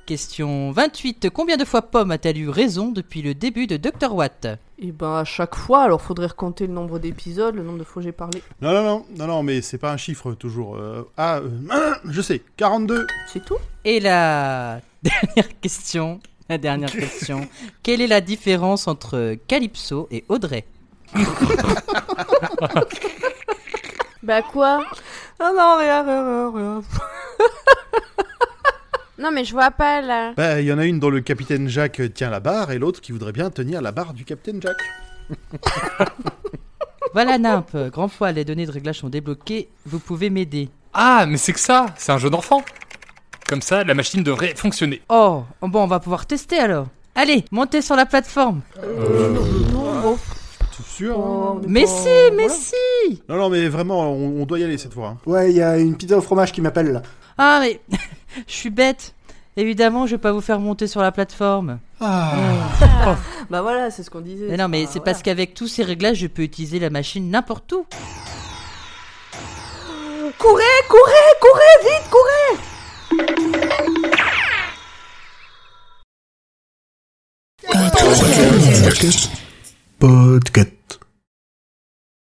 Question 28. Combien de fois Pomme a-t-elle eu raison depuis le début de Dr. Watt
Et ben, à chaque fois, alors faudrait recompter le nombre d'épisodes, le nombre de fois que j'ai parlé.
Non, non, non, non, non, mais c'est pas un chiffre toujours. Euh, ah, euh, *clears throat* je sais, 42.
C'est tout
Et la *laughs* dernière question. La dernière question. Quelle est la différence entre Calypso et Audrey
Bah quoi
Ah non, rien, rien, rien, rien.
Non mais je vois pas là.
Bah, il y en a une dont le capitaine Jack tient la barre et l'autre qui voudrait bien tenir la barre du capitaine Jack.
Voilà Nimp, grand poil, les données de réglage sont débloquées, vous pouvez m'aider.
Ah, mais c'est que ça, c'est un jeu d'enfant. Comme ça, la machine devrait fonctionner.
Oh, bon, on va pouvoir tester alors. Allez, montez sur la plateforme.
Non,
C'est sûr.
bon, Euh, Oh,
hein
on est
Mais
pas-
si, mais
voilà.
si.
Non, non, mais vraiment, on, on doit y aller cette fois. hein.
Ouais, il y a une pizza au fromage qui m'appelle là.
Ah, mais *laughs* je suis bête. Évidemment, je vais pas vous faire monter sur la plateforme.
Bah voilà, c'est ce qu'on disait.
Mais non, mais
Ah,
c'est
voilà.
parce qu'avec tous ces réglages, je peux utiliser la machine n'importe où.
Courez, courez, courez, vite, courez
Podcast.